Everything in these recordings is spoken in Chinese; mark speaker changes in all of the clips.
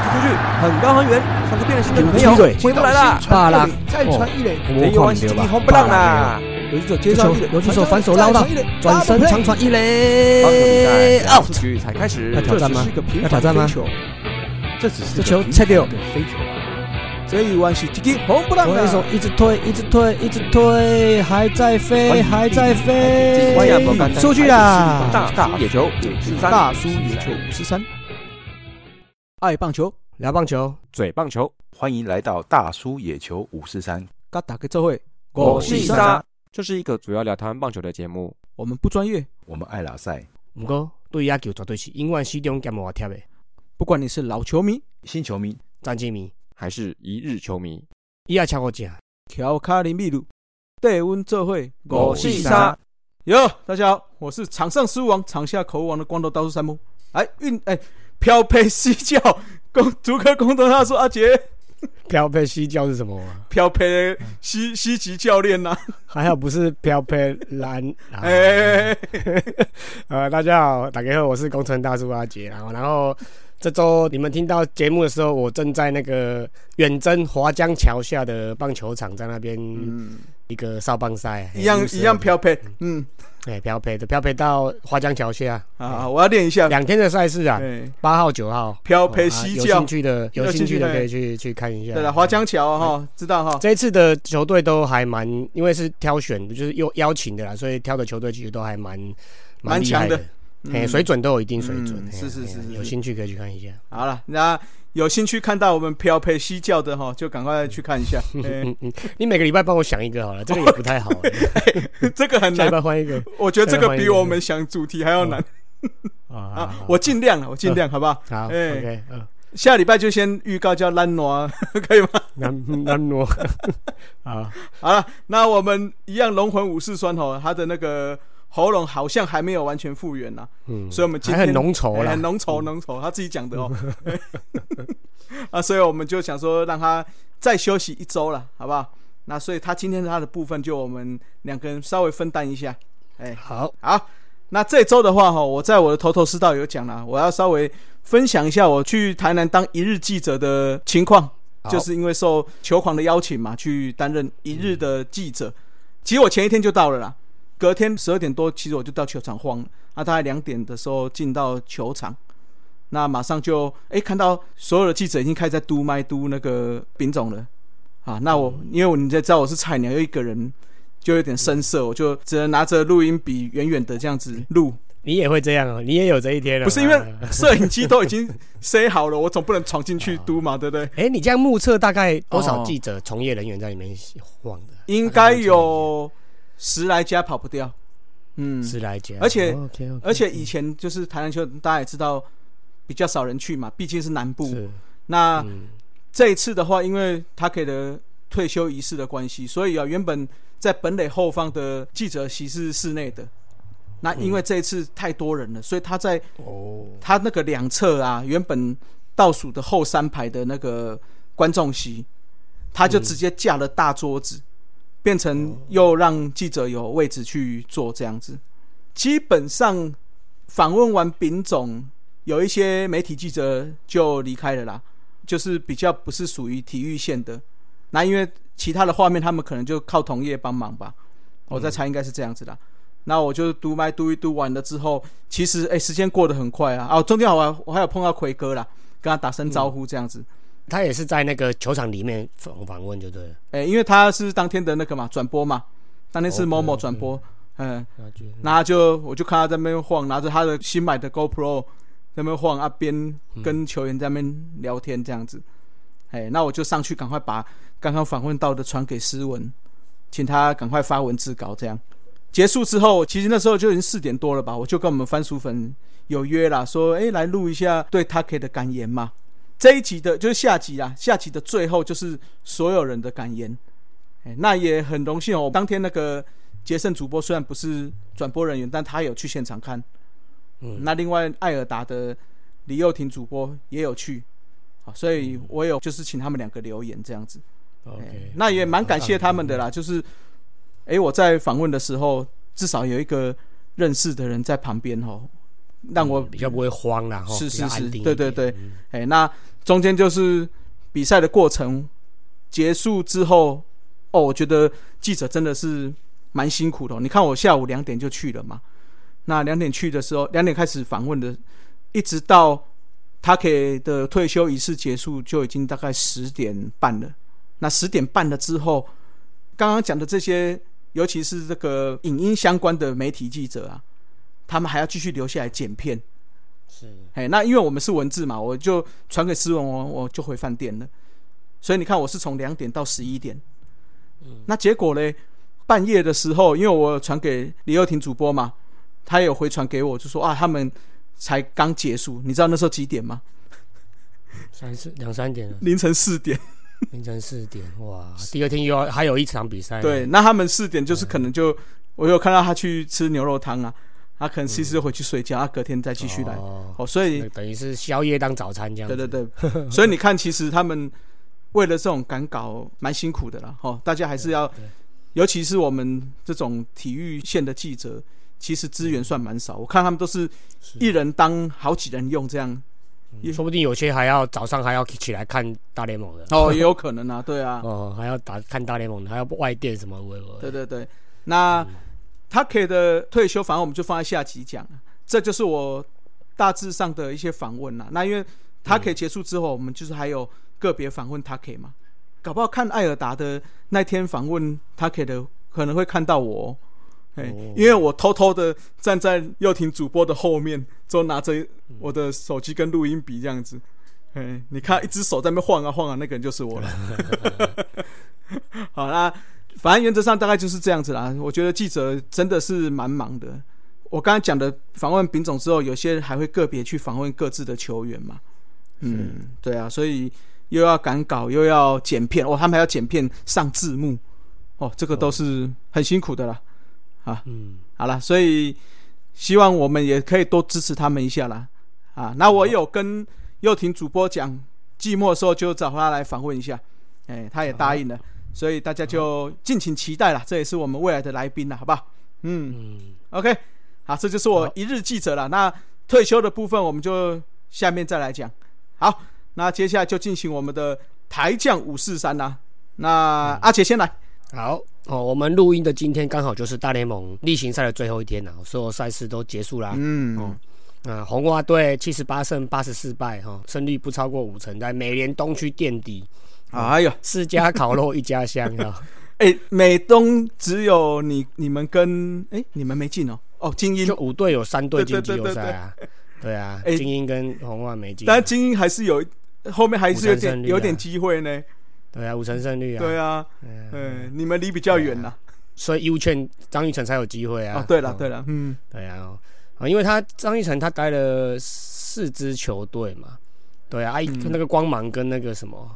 Speaker 1: 很高很远，上次变了心的女朋
Speaker 2: 踢
Speaker 1: 友
Speaker 2: 腿
Speaker 1: 回不来了。
Speaker 3: 巴拉
Speaker 2: 再传一垒，
Speaker 1: 没
Speaker 3: 我
Speaker 1: 有
Speaker 3: 看
Speaker 1: 关
Speaker 3: 唔
Speaker 1: 系，
Speaker 3: 到
Speaker 1: 一
Speaker 3: 吧？
Speaker 1: 红不让啦。
Speaker 3: 游击手接球，游击手反手捞到，转身长传
Speaker 1: 棒球比
Speaker 3: 一垒
Speaker 1: 赛
Speaker 3: ，out
Speaker 1: 出。局才开始
Speaker 3: 要。挑战吗？要挑战吗？
Speaker 2: 这只是
Speaker 3: 这球
Speaker 2: 切
Speaker 3: 切掉，
Speaker 2: 飞球。这一弯是吉吉红不让
Speaker 3: 左一手
Speaker 2: 的，
Speaker 3: 一直推，一直推，一直推，还在飞，还在飞
Speaker 1: 今天不干，
Speaker 3: 出去啦！
Speaker 1: 大叔野球五四三，
Speaker 2: 大叔野球五十三，爱棒球，
Speaker 3: 聊棒球，
Speaker 1: 嘴棒球，
Speaker 4: 欢迎来到大叔野球五四三，
Speaker 2: 嘎打个这会，
Speaker 1: 我
Speaker 3: 我
Speaker 1: 是
Speaker 3: 是
Speaker 1: 沙，这是一个主要聊台湾棒球的节目。
Speaker 2: 我们不专业，
Speaker 4: 我们爱拉赛
Speaker 3: 不过对野球绝对是永远始终兼无贴的。
Speaker 2: 不管你是老球迷、
Speaker 4: 新球迷，
Speaker 3: 詹金迷，
Speaker 1: 还是一日球迷，
Speaker 3: 伊也超过正。
Speaker 2: 乔卡林秘鲁，对温这会，
Speaker 1: 我是沙，
Speaker 2: 哟，大家好，我是场上狮王、场下猴王的光头大叔山姆。哎，运哎，飘配西教，公足科公头大叔阿杰，
Speaker 3: 漂配西教是什么？啊
Speaker 2: 飘配西西奇教练呐、
Speaker 3: 还好不是漂配 蓝。啊
Speaker 2: 哎、
Speaker 3: 呃，大家好，大家好，我是工程大叔阿杰。然后，然后这周你们听到节目的时候，我正在那个远征华江桥下的棒球场，在那边
Speaker 2: 嗯，
Speaker 3: 一个少棒赛，
Speaker 2: 一样
Speaker 3: 哎
Speaker 2: 一样，飘配，嗯
Speaker 3: 哎，漂配的漂配到华江桥下，
Speaker 2: 啊，我要练一下，
Speaker 3: 两天的赛事啊，
Speaker 2: 哎，
Speaker 3: 八号九号，
Speaker 2: 飘配
Speaker 3: 哦啊
Speaker 2: 西
Speaker 3: 有
Speaker 2: 教
Speaker 3: 兴，趣啊的有
Speaker 2: 有
Speaker 3: 兴
Speaker 2: 兴趣
Speaker 3: 趣的
Speaker 2: 的
Speaker 3: 可以去去看一下。
Speaker 2: 对了，华江桥啊哈、知道哈、
Speaker 3: 这一次的球队都还蛮，因为是挑选就是又邀请的啦，所以挑的球队其实都还蛮
Speaker 2: 蛮
Speaker 3: 厉害
Speaker 2: 强的
Speaker 3: 的，哎，水准都有一定水准
Speaker 2: 嗯。
Speaker 3: 嘿啊
Speaker 2: 是是
Speaker 3: 嘿啊
Speaker 2: 是是
Speaker 3: 有兴趣可以去看一下。
Speaker 2: 好了，那有兴趣看到我们飘配西教的哈、就赶快去看一 下，哎
Speaker 3: 嗯嗯，你每个礼拜帮我想一个好了，这个也 不太好，
Speaker 2: 这个很
Speaker 3: 下
Speaker 2: 难，
Speaker 3: 礼拜换一个
Speaker 2: 我觉得这
Speaker 3: 哎
Speaker 2: 个比我们想主题还要难
Speaker 3: 啊
Speaker 2: 啊，我尽量了，
Speaker 3: 嗯
Speaker 2: 我尽量，好不好？
Speaker 3: 好
Speaker 2: 哎
Speaker 3: OK，嗯，
Speaker 2: 下礼拜就先预告叫啊兰诺，可以吗？
Speaker 3: 南南 挪啊，
Speaker 2: 好了，那我们一样龙魂武士酸吼，他的那个喉咙好像还没有完全复原呐、
Speaker 3: 嗯，
Speaker 2: 所以我们今
Speaker 3: 还
Speaker 2: 天
Speaker 3: 很浓稠
Speaker 2: 哎
Speaker 3: 啦嗯
Speaker 2: 很，浓稠浓稠，他自己讲的哦。 啊，所以我们就想说让他再休息一周了，好不好？那所以他今天他的部分就我们两个人稍微分担一下。
Speaker 3: 好，
Speaker 2: 好，那这周的话哈，我在我的头头是道有讲了，我要稍微分享一下我去台南当一日记者的情况，
Speaker 3: 好
Speaker 2: 就是因为受球狂的邀请嘛，去担任一日的记者。其实我前一天就到了啦，隔天十二点多，其实我就到球场晃了。那大概两点的时候进到球场，那马上就哎、看到所有的记者已经开始在嘟麦嘟那个丙总了啊。那我因为我你在知道我是菜鸟，又一个人。就有点生涩，我就只能拿着录音笔远远的这样子录，
Speaker 3: 你也会这样哦，你也有这一天了，
Speaker 2: 不是因为摄影机都已经塞好了，我总不能闯进去嘟嘛，对不对？
Speaker 3: 哎，你这样目测大概多少
Speaker 2: 哦
Speaker 3: 记者从业人员在里面晃的？
Speaker 2: 应该有哦十来家跑不掉，嗯，
Speaker 3: 十来家，
Speaker 2: 而且
Speaker 3: 哦，OK，OK
Speaker 2: 而且以前就是台南球，大家也知道比较少人去嘛，毕竟是南部。
Speaker 3: 是
Speaker 2: 那
Speaker 3: 嗯
Speaker 2: 这一次的话，因为他给的退休仪式的关系，所以啊，原本在本垒后方的记者席是室内的。那因为这一次太多人了，所以他在
Speaker 3: 哦，
Speaker 2: 他那个两侧啊，原本倒数的后三排的那个观众席，他就直接架了大桌子，变成又让记者有位置去坐这样子。基本上访问完丙总，有一些媒体记者就离开了啦，就是比较不是属于体育线的。那因为其他的画面，他们可能就靠同业帮忙吧，我在猜应该是这样子啦。那我就读麦读一读完了之后，其实哎、时间过得很快啊！哦，中间好玩，我还有碰到奎哥啦，跟他打声招呼这样子。
Speaker 3: 他也是在那个球场里面访访问，就对了。
Speaker 2: 哎、因为他是当天的那个嘛转播嘛，当天是
Speaker 3: 嗯哦
Speaker 2: 某某
Speaker 3: 对
Speaker 2: 转播，嗯，
Speaker 3: 那就
Speaker 2: 那他就我就看他在那边晃，拿着他的新买的 GoPro 在那边晃啊，边跟球员在那边聊天这样子。哎、那我就上去赶快把刚刚访问到的传给诗文，请他赶快发文字稿这样。结束之后，其实那时候就已经四点多了吧，我就跟我们番薯粉有约啦，说哎、来录一下对 t a k 的感言嘛。这一集的就是下集啦，下集的最后就是所有人的感言。哎、那也很荣幸哦，当天那个杰森主播虽然不是转播人员，但他有去现场看。
Speaker 3: 嗯
Speaker 2: 那另外艾尔达的李幼廷主播也有去，好，所以我有就是请他们两个留言这样子。
Speaker 3: OK，
Speaker 2: 哎那也蛮感谢他们的啦，就是，诶，我在访问的时候，至少有一个认识的人在旁边哦，让我
Speaker 3: 比较不会慌啦，吼，
Speaker 2: 是是
Speaker 3: 比较安
Speaker 2: 是
Speaker 3: 定一
Speaker 2: 对对
Speaker 3: 点嗯
Speaker 2: 对，哎、那中间就是比赛的过程结束之后，哦，我觉得记者真的是蛮辛苦的哦、你看我下午两点就去了嘛，那两点去的时候，两点开始访问的，一直到他给的退休仪式结束，就已经大概十点半了。那十点半了之后，刚刚讲的这些，尤其是这个影音相关的媒体记者啊，他们还要继续留下来剪片。
Speaker 3: 是
Speaker 2: 哎，那因为我们是文字嘛，我就传给思文，我我就回饭店了。所以你看，我是从两点到十一点。那结果嘞，半夜的时候，因为我传给李幼婷主播嘛，他有回传给我，就说啊，他们才刚结束。你知道那时候几点吗？
Speaker 3: 三四两三点了，
Speaker 2: 凌晨四点。
Speaker 3: 凌晨四点，哇！第二天又要还有一场比赛，
Speaker 2: 对，，那他们四点就是可能就，我有看到他去吃牛肉汤啊，他可能其实就回去睡觉，他隔天再继续来。
Speaker 3: 哦，
Speaker 2: 哦，所以
Speaker 3: 那等于是宵夜当早餐这样子，
Speaker 2: 对对 对，所以你看，其实他们为了这种赶稿，蛮辛苦的啦。哈，大家还是要
Speaker 3: 对，
Speaker 2: 尤其是我们这种体育线的记者，其实资源算蛮少。我看他们都是
Speaker 3: 是
Speaker 2: 一人当好几人用这样。
Speaker 3: 嗯说不定有些还要早上还要起来看大联盟的，
Speaker 2: 哦，也有可能啊，对啊，
Speaker 3: 哦，还要打看大联盟的，还要外电什么，我我
Speaker 2: 对对对。那他可以的退休，反正我们就放在下集讲。啊这就是我大致上的一些访问啦。那因为他可以结束之后，我们就是还有个别访问他可以嘛。搞不好看艾尔达的那天访问他可以的，可能会看到我哦、嘿
Speaker 3: 哦
Speaker 2: 因为我偷偷的站在又婷主播的后面，就拿着我的手机跟录音笔这样子。嘿，你看一只手在那边晃啊晃啊，那个人就是我了。 好啦，反正原则上大概就是这样子啦。我觉得记者真的是蛮忙的。我刚才讲的访问丙种之后，有些还会个别去访问各自的球员嘛。嗯，对啊，所以又要赶稿，又要剪片，哦，他们还要剪片上字幕，哦，这个都是很辛苦的啦。啊
Speaker 3: 嗯，
Speaker 2: 好啦，所以希望我们也可以多支持他们一下啦。啊，那我有跟幼婷主播讲，寂寞的时候就找他来访问一下，哎、他也答应了，所以大家就敬请期待啦。这也是我们未来的来宾啦，好不好？嗯
Speaker 3: 嗯
Speaker 2: OK，好，这就是我
Speaker 3: 好
Speaker 2: 一日记者了。那退休的部分我们就下面再来讲。好，那接下来就进行我们的台将五四三啦。那
Speaker 3: 嗯
Speaker 2: 阿杰先来，
Speaker 3: 好哦，我们录音的今天刚好就是大联盟例行赛的最后一天了，所有赛事都结束啦。
Speaker 2: 嗯，
Speaker 3: 啊，红袜队七十八胜八十四败哈，胜率不超过五成，在美联东区垫底，
Speaker 2: 哎呦，
Speaker 3: 四家烤肉一家香 啊。
Speaker 2: 哎、美东只有你你们跟哎、你们没进哦哦精英
Speaker 3: 就，五队有三队进季后
Speaker 2: 对对对对
Speaker 3: 赛啊，对啊，
Speaker 2: 哎
Speaker 3: 精英跟红袜没进啊，
Speaker 2: 但精英还是有后面还是有
Speaker 3: 五三
Speaker 2: 点、
Speaker 3: 胜率啊
Speaker 2: 有点机会呢。
Speaker 3: 对啊，五成胜率啊，
Speaker 2: 对啊，
Speaker 3: 嗯，
Speaker 2: 嗯，你们离比较远啦。
Speaker 3: 所以 U 券张玉成才有机会啊
Speaker 2: 哦，，对了
Speaker 3: 嗯
Speaker 2: 对了，嗯，
Speaker 3: 对啊，哦啊，因为他张玉成他待了四支球队嘛，对啊，啊一
Speaker 2: 嗯
Speaker 3: 那个光芒跟那个什么。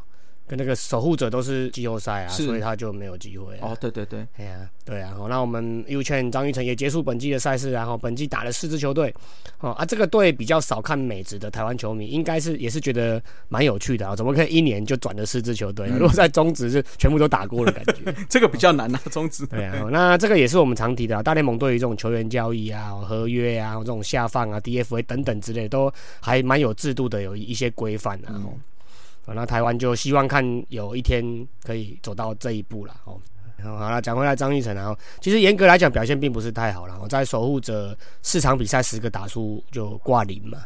Speaker 3: 跟那个守护者都是季后赛啊，
Speaker 2: 是
Speaker 3: 所以他就没有机会、啊。
Speaker 2: 哦，对对对，
Speaker 3: 哎呀，对啊，好，那我们 U 券张玉成也结束本季的赛事，然后本季打了四支球队，哦啊，这个队比较少看美职的台湾球迷，应该是也是觉得蛮有趣的啊，怎么可以一年就转了四支球队？啊
Speaker 2: 嗯
Speaker 3: 如果在中职是全部都打过的感觉，
Speaker 2: 这个比较难啊，中职。
Speaker 3: 对啊，好那这个也是我们常提的、啊，大联盟对于这种球员交易啊、合约啊、这种下放啊、DFA 等等之类，都还蛮有制度的，有一些规范啊。哦好那台湾就希望看有一天可以走到这一步了哦。好好了，讲回来张玉成啊，其实严格来讲表现并不是太好了。我在守护者四场比赛十个打数就挂零嘛。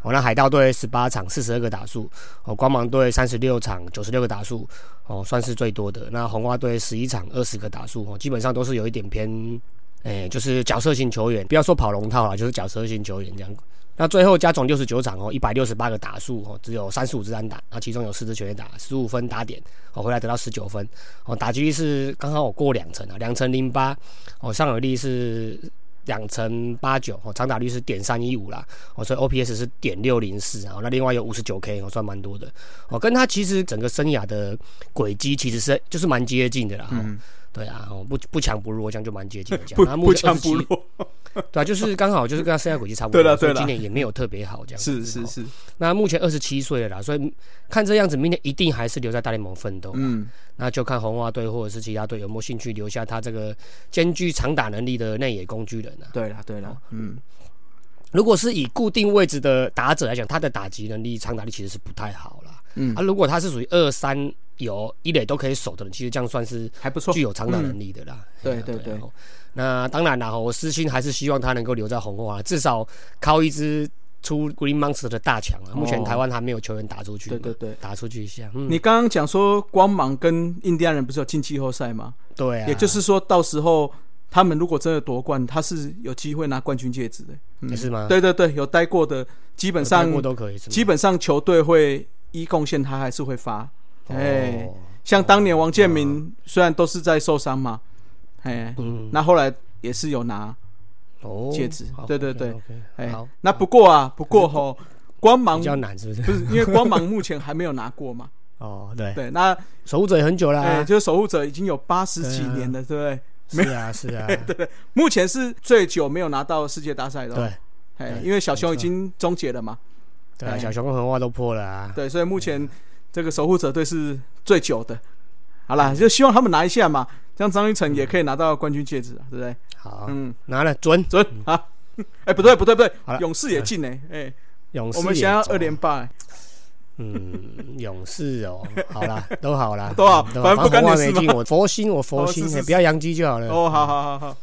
Speaker 3: 哦，那海盗队十八场四十二个打数，哦，光芒队三十六场九十六个打数，哦，算是最多的。那红袜队十一场二十个打数，哦，基本上都是有一点偏，哎、就是角色性球员，不要说跑龙套啦，就是角色性球员这样。那最后加总六十九场哦，一百六十八个打数哦，只有三十五支安打，那其中有四支全垒打，十五分打点，哦，回来得到十九分，哦，打击率是刚好我过两成啊，两成零八，哦，上垒率是两成八九，哦，长打率是点三一五啦，哦，所以 OPS 是点六零四啊，那另外有五十九 K，哦，算蛮多的，哦，跟他其实整个生涯的轨迹其实是就是蛮接近的啦，哦
Speaker 2: 嗯，
Speaker 3: 对啊，哦，不不强不弱，这样就蛮接近的，这样
Speaker 2: 不
Speaker 3: 那目
Speaker 2: 不
Speaker 3: 前
Speaker 2: 强不
Speaker 3: 27
Speaker 2: 弱，
Speaker 3: 对啊，就是刚好就是跟他生涯轨迹差不多，
Speaker 2: 对啦
Speaker 3: 所以
Speaker 2: 对啦
Speaker 3: 今年也没有特别好这样
Speaker 2: 是
Speaker 3: 子。
Speaker 2: 是
Speaker 3: 哦。
Speaker 2: 是，
Speaker 3: 那目前二十七岁了啦，所以看这样子，明年一定还是留在大联盟奋斗。
Speaker 2: 嗯，
Speaker 3: 那就看红袜队或者是其他队有没有兴趣留下他这个兼具长打能力的内野工具人啊。
Speaker 2: 对了对了，嗯，
Speaker 3: 如果是以固定位置的打者来讲，他的打击能力、长打力其实是不太好啦。
Speaker 2: 嗯
Speaker 3: 啊，，如果他是属于二三有一垒都可以守的人，其实这样算是
Speaker 2: 还不错
Speaker 3: 具。有长打能力的啦。
Speaker 2: 嗯
Speaker 3: 嘿啊
Speaker 2: 对对
Speaker 3: 啊
Speaker 2: 对
Speaker 3: 那当然啦，吼我私心还是希望他能够留在红花，至少靠一支出 Green Monster 的大强啊。目前
Speaker 2: 哦
Speaker 3: 台湾还没有球员打出去嘛，
Speaker 2: 对对对
Speaker 3: 打出去一下。嗯，
Speaker 2: 你刚刚讲说光芒跟印第安人不是有进季后赛吗？
Speaker 3: 对啊，
Speaker 2: 也就是说，到时候他们如果真的夺冠，他是有机会拿冠军戒指的。
Speaker 3: 也是吗？，
Speaker 2: 对对对，有待过的，基本上
Speaker 3: 啊过都可以，是吗
Speaker 2: 基本上球队会一贡献，他还是会发。哎、
Speaker 3: 哦
Speaker 2: 像当年王建民虽然都是在受伤嘛，哎、
Speaker 3: 嗯，
Speaker 2: 那后来也是有拿。
Speaker 3: 哦
Speaker 2: 戒指
Speaker 3: 好
Speaker 2: 对对对
Speaker 3: OK，OK，
Speaker 2: 哎、
Speaker 3: 好，
Speaker 2: 那不过啊，不过吼，光
Speaker 3: 好
Speaker 2: 芒
Speaker 3: 比较难是不是？
Speaker 2: 不是因为光芒目前还没有拿过嘛？
Speaker 3: 哦， 对，
Speaker 2: 对，那
Speaker 3: 守护者也很久啦、
Speaker 2: 哎、就是守护者已经有八十几年了，对不对？
Speaker 3: 是啊是 啊，对
Speaker 2: 目前是最久没有拿到世界大赛的、哦，
Speaker 3: 对
Speaker 2: 哎、
Speaker 3: 对
Speaker 2: 因为小熊已经终结了嘛，
Speaker 3: 啊，
Speaker 2: 哎
Speaker 3: 小熊跟红袜都破了啊，
Speaker 2: 对，所以目前这个守护者队是最久的。好啦，就希望他们拿一下嘛，这样张玉成也可以拿到冠军戒指啊，对不对？
Speaker 3: 好，
Speaker 2: 嗯，
Speaker 3: 拿了准，
Speaker 2: 准啊！哎、不对不对不对
Speaker 3: 好，了
Speaker 2: 勇士也进哎、哎、
Speaker 3: 勇士
Speaker 2: 我们
Speaker 3: 也
Speaker 2: 想要
Speaker 3: 走啊
Speaker 2: 二连，霸、哎
Speaker 3: 嗯，勇士哦，好 啦，都好啦，
Speaker 2: 都好
Speaker 3: 嗯
Speaker 2: 反正不干你
Speaker 3: 红袜
Speaker 2: 的事
Speaker 3: 没
Speaker 2: 嘛
Speaker 3: 进，我佛心我佛心
Speaker 2: 哦是，是
Speaker 3: 哎不要洋基就好了。
Speaker 2: 哦，好好好好，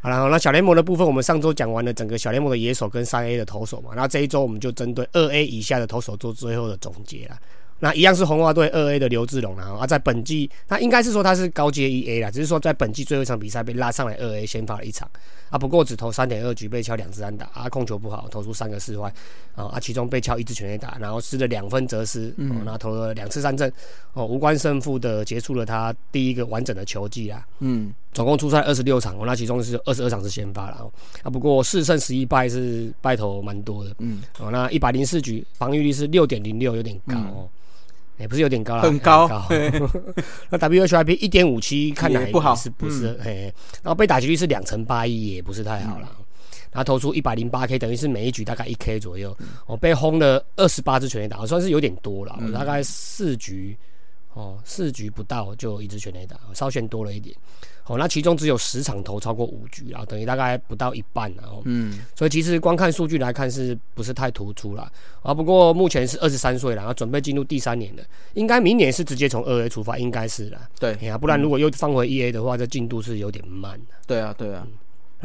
Speaker 3: 好了，好那小联盟的部分，我们上周讲完了整个小联盟的野手跟三 A 的投手嘛，那这一周我们就针对二 A 以下的投手做最后的总结啦。那一样是红袜队二 A 的刘志龙啦，啊，在本季那应该是说他是高阶一 A 啦，只是说在本季最后一场比赛被拉上来二 A 先发了一场啊，不过只投三点二局被敲两次安打啊，控球不好，投出三个四坏啊，啊，其中被敲一支全垒打，然后失了两分折失，哦，那投了两次三振，哦，无关胜负的结束了他第一个完整的球季啦。
Speaker 2: 嗯，
Speaker 3: 总共出赛二十六场，哦那其中是二十二场是先发了哦啊。不过四胜十一败是败头蛮多的，
Speaker 2: 嗯，
Speaker 3: 哦，那一百零四局防御率是六点零六，有点高哦，也、不是有点高啦，
Speaker 2: 很高
Speaker 3: 很高 那 WHIP 一点五七，看来
Speaker 2: 也不好嗯
Speaker 3: 是不是？嘿，然后被打击率是两成八一，也不是太好了。
Speaker 2: 嗯
Speaker 3: 然后投出一百零八 K，等于是每一局大概一 K 左右。
Speaker 2: 嗯
Speaker 3: 我、哦、被轰了二十八支全垒打，哦算是有点多了。我、
Speaker 2: 嗯
Speaker 3: 大概四局，哦，四局不到就一支全垒打，稍显多了一点。哦，那其中只有十场投超过五局，然后等于大概不到一半啊，然后
Speaker 2: 嗯，
Speaker 3: 所以其实光看数据来看是不是太突出啦。啊？不过目前是二十三岁了，然后准备进入第三年了，应该明年是直接从二 A 出发，应该是啦。
Speaker 2: 对
Speaker 3: 哎呀、不然如果又放回一 A 的话，这进度是有点慢的。
Speaker 2: 对啊对啊，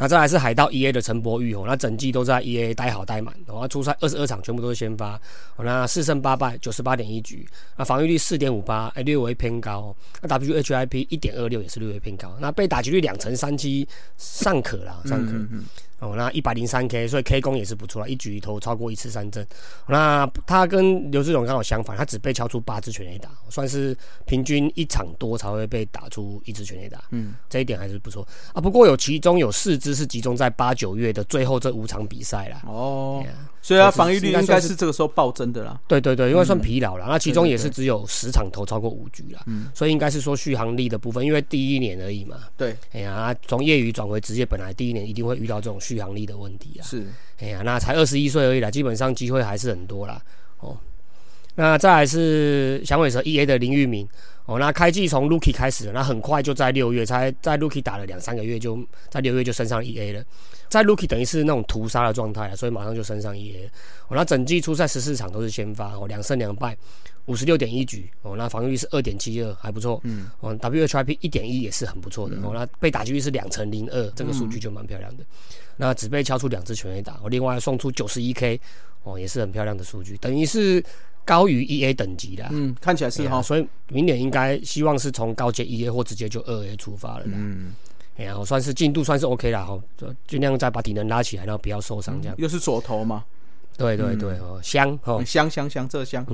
Speaker 3: 那再来是海盗 E A 的陈柏宇哦，那整季都在 E A 待好待满，然后出赛二十二场全部都是先发，哦，那四胜八败，九十八点一局，那防御率四点五八，哎，略微偏高、哦，那 W H I P 一点二六也是略微偏高，那被打击率两成三七，尚可啦，尚可。
Speaker 2: 嗯嗯
Speaker 3: 哦，那一百零三 K，所以 K 攻也是不错啦，一局一投超过一次三振。那他跟刘志勇刚好相反，他只被敲出八支全垒打，算是平均一场多才会被打出一支全垒打，
Speaker 2: 嗯，
Speaker 3: 这一点还是不错啊。不过有其中有四支是集中在八九月的最后这五场比赛啦。
Speaker 2: 哦
Speaker 3: 哎，呀
Speaker 2: 所以他
Speaker 3: 这是
Speaker 2: 防御率应
Speaker 3: 应该
Speaker 2: 该
Speaker 3: 是
Speaker 2: 是这个时候暴增的啦。
Speaker 3: 对对对，因为算疲劳了，那其中
Speaker 2: 嗯对对
Speaker 3: 也是只有十场投超过五局啦，
Speaker 2: 嗯
Speaker 3: 所以应该是说续航力的部分，因为第一年而已嘛。
Speaker 2: 对，
Speaker 3: 哎呀，从业余转回职业，本来第一年一定会遇到这种续航力的问题啊。
Speaker 2: 是，
Speaker 3: 哎呀，那才二十一岁而已啦，基本上机会还是很多啦。哦，那再来是响尾蛇 E A 的林玉明哦，那开季从 Lucky 开始，那很快就在六月才在 Lucky 打了两三个月就，在六月就升上 E A 了，在 Lucky 等于是那种屠杀的状态了，所以马上就升上 E A 了。哦，那整季出赛十四场都是先发哦，两胜两败。五十六点一局哦，那防御率是二点七二，还不错。嗯，哦，WHIP 一点一也是很不错的、
Speaker 2: 嗯
Speaker 3: 哦。那被打击率是两成零二，这个数据就蛮漂亮的。那只被敲出两支全垒打，哦，另外送出九十一 K，哦，也是很漂亮的数据，等于是高于 EA 等级的、
Speaker 2: 嗯，看起来
Speaker 3: 哎
Speaker 2: 是
Speaker 3: 呀
Speaker 2: 哈，
Speaker 3: 所以明年应该希望是从高阶 EA 或直接就二 A 出发了啦。
Speaker 2: 嗯，
Speaker 3: 哎呀、我算是进度算是 OK 啦，哦，就尽量再把体能拉起来，然后不要受伤这样。
Speaker 2: 又是左投嘛，
Speaker 3: 对对对，嗯哦，香哦
Speaker 2: 嗯，香香香这香，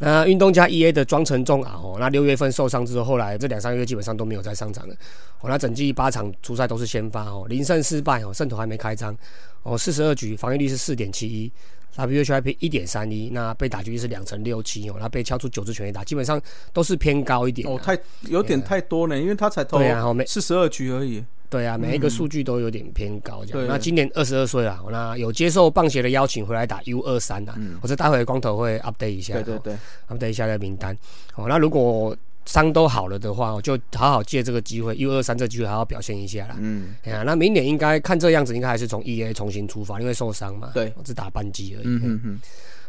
Speaker 3: 那运动家 E A 的庄成仲啊，哦，那六月份受伤之后，后来这两三个月基本上都没有再上场了。哦，那整季八场出赛都是先发哦，零胜四败哦，胜投还没开张哦，四十二局防御率是四点七一，WHIP 一点三一，那被打击率是两成六七哦，那被敲出九支全垒打，基本上都是偏高一点、啊。
Speaker 2: 哦，太有点太多了，因为他才投
Speaker 3: 对啊，哦，每
Speaker 2: 四十二局而已。
Speaker 3: 对啊，每一个数据都有点偏高这样。
Speaker 2: 嗯对
Speaker 3: 那今年二十二岁啊，那有接受棒协的邀请回来打 U 二嗯三啊，我这待会光头会 update 一下。
Speaker 2: 嗯对对对，
Speaker 3: update 一下这个名单。哦，那如果伤都好了的话，我就好好借这个机会，U 二三这机会好好表现一下啦。
Speaker 1: 嗯
Speaker 3: 哎呀，那明年应该看这样子，应该还是从 E A 重新出发，因为受伤嘛，哦
Speaker 1: 对，
Speaker 3: 只打半季而已。
Speaker 1: 嗯嗯嗯，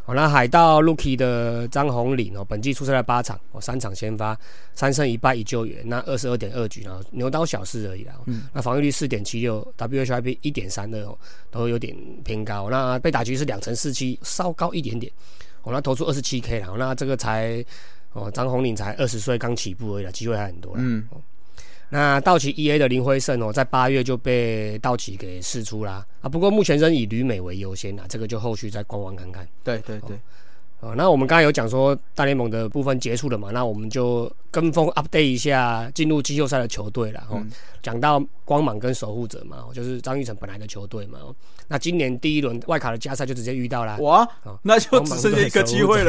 Speaker 3: 好，那海盗 Lucky 的张宏岭哦，本季出赛了八场，哦，三场先发，三胜一败一救援，那二十二点二局，然后牛刀小试而已啦。哦
Speaker 1: 嗯
Speaker 3: 那防御率四点七六，WHIP 一点三二哦，都有点偏高。那被打局是两成四七，稍高一点点。哦，那投出二十七 K 了，哦那这个才哦，张宏岭才二十岁刚起步而已啦，机会还很多啦。
Speaker 1: 嗯
Speaker 3: 那道奇 E A 的林辉胜哦，在八月就被道奇给释出啦啊，不过目前仍以旅美为优先啦，这个就后续再观望看看。
Speaker 1: 对对对，
Speaker 3: 啊，那我们刚刚有讲说大联盟的部分结束了嘛，那我们就跟风 update 一下进入季后赛的球队了。哦
Speaker 1: 嗯，
Speaker 3: 讲、到光芒跟守护者嘛，哦就是张玉成本来的球队嘛。哦，那今年第一轮外卡的加赛就直接遇到啦，
Speaker 1: 哇
Speaker 3: 好，
Speaker 1: 那就只剩下一个机会
Speaker 3: 哦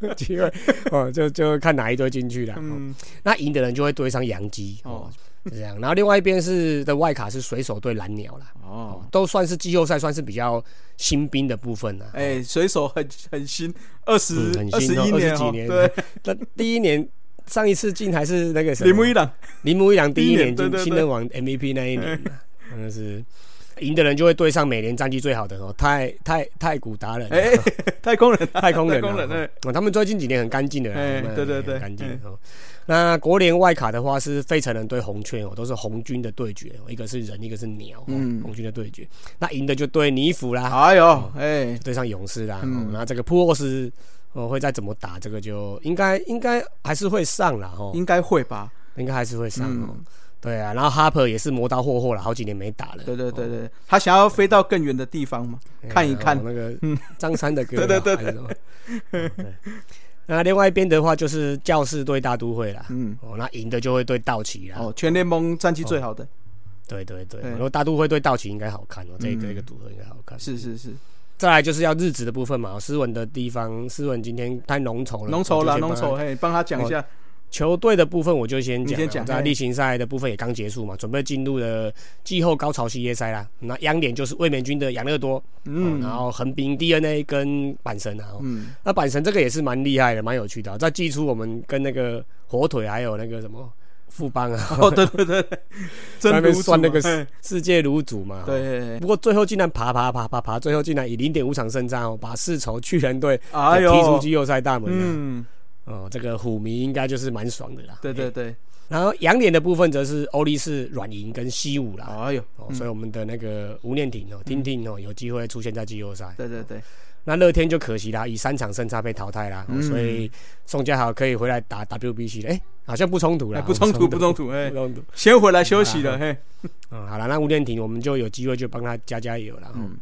Speaker 1: 了。
Speaker 3: 机会哦，就就看哪一队进去啦。哦，
Speaker 1: 嗯
Speaker 3: 那赢的人就会对上洋基哦
Speaker 1: 哦，
Speaker 3: 是这样。然后另外一边是的外卡是水手对蓝鸟啦，
Speaker 1: 哦，
Speaker 3: 都算是季后赛，算是比较新兵的部分啦。啊
Speaker 1: 哎，水手很很新，二十
Speaker 3: 嗯很
Speaker 1: 二
Speaker 3: 新
Speaker 1: 十
Speaker 3: 哦
Speaker 1: 一
Speaker 3: 20几
Speaker 1: 哦
Speaker 3: 年
Speaker 1: 对，
Speaker 3: 那第一年上一次进还是那个谁，
Speaker 1: 铃木一朗，
Speaker 3: 铃木一朗第一
Speaker 1: 第一
Speaker 3: 年
Speaker 1: 年对
Speaker 3: 进
Speaker 1: 对对
Speaker 3: 新人王 MVP 那一年啊，真的是赢的人就会对上每年战绩最好的哦，太太太古达人啊，
Speaker 1: 哎，太空人啊，
Speaker 3: 太空人啊，
Speaker 1: 太空人哎
Speaker 3: 哦，他们最近几年很干净的啦，
Speaker 1: 哎
Speaker 3: 嗯
Speaker 1: 对对
Speaker 3: 很
Speaker 1: 对
Speaker 3: 干净
Speaker 1: 嗯
Speaker 3: 哦。那国联外卡的话是费城人对红雀哦，都是红军的对决哦，一个是人，一个是鸟，哦
Speaker 1: 嗯
Speaker 3: 红军的对决，那赢的就对尼府啦，
Speaker 1: 哎呦，哎，
Speaker 3: 对上勇士啦，哦
Speaker 1: 嗯
Speaker 3: 那这个普洛斯哦会再怎么打，这个就应该应该还是会上啦哦，
Speaker 1: 应该会吧？
Speaker 3: 应该还是会上哦。
Speaker 1: 嗯，
Speaker 3: 对啊，然后 Harper 也是磨刀霍霍了，好几年没打了。
Speaker 1: 对对对
Speaker 3: 哦，
Speaker 1: 对，他想要飞到更远的地方嘛？
Speaker 3: 哎
Speaker 1: 看一看
Speaker 3: 然后那个
Speaker 1: 嗯
Speaker 3: 张 三的歌啊。
Speaker 1: 对对对
Speaker 3: 还是什么哦对。那另外一边的话就是教士对大都会啦。
Speaker 1: 嗯，
Speaker 3: 哦，那赢的就会对道奇啦。
Speaker 1: 哦，全联盟战绩最好
Speaker 3: 哦
Speaker 1: 的，
Speaker 3: 对对对，
Speaker 1: 对
Speaker 3: 然后大都会对道奇应该好看哦，这一个
Speaker 1: 嗯
Speaker 3: 这个组合应该好看。
Speaker 1: 是是是，
Speaker 3: 再来就是要日子的部分嘛，哦斯文的地方，斯文今天太浓稠了，哦
Speaker 1: 浓稠
Speaker 3: 了
Speaker 1: 了，浓稠，。嘿，帮他讲一
Speaker 3: 哦
Speaker 1: 下，
Speaker 3: 球队的部分我就先讲
Speaker 1: 你
Speaker 3: 了，
Speaker 1: 先讲
Speaker 3: 在
Speaker 1: 嘿
Speaker 3: 例行赛的部分也刚结束嘛，准备进入了季后高潮系列赛啦。那央联就是卫冕军的养乐多，
Speaker 1: 嗯，
Speaker 3: 嗯，然后横滨 DNA 跟阪神啊，哦
Speaker 1: 嗯，
Speaker 3: 那阪神这个也是蛮厉害的，蛮有趣的、啊。在季初我们跟那个火腿还有那个什么富邦啊，
Speaker 1: 哦，对对对，对
Speaker 3: 那
Speaker 1: 真
Speaker 3: 边
Speaker 1: 如
Speaker 3: 算那
Speaker 1: 主
Speaker 3: 个
Speaker 1: 嘿
Speaker 3: 世界卤煮嘛，哦。
Speaker 1: 对，
Speaker 3: 不过最后竟然爬爬爬爬爬，最后竟然以零点五场胜差哦，把世仇巨人队
Speaker 1: 哎
Speaker 3: 给踢出
Speaker 1: 呦，
Speaker 3: 季后赛大门啊！
Speaker 1: 嗯，
Speaker 3: 哦，这个虎迷应该就是蛮爽的啦。
Speaker 1: 对对对，
Speaker 3: 然后洋脸的部分则是欧力士、软银跟西武啦。
Speaker 1: 哎呦，
Speaker 3: 哦，
Speaker 1: 嗯
Speaker 3: 所以我们的那个吴念挺哦、听听哦，有机会出现在季后赛。
Speaker 1: 对对对，
Speaker 3: 那乐天就可惜啦，以三场胜差被淘汰啦，哦
Speaker 1: 嗯
Speaker 3: 所以宋佳豪可以回来打 WBC 了。哎，好像不冲突啦，
Speaker 1: 哎不冲突不冲
Speaker 3: 突，
Speaker 1: 突，
Speaker 3: 不
Speaker 1: 哎，
Speaker 3: 冲突。
Speaker 1: 先回来休息了，嘿，
Speaker 3: 嗯，好了，那吴念挺我们就有机会就帮他加加油啦。哦
Speaker 1: 嗯，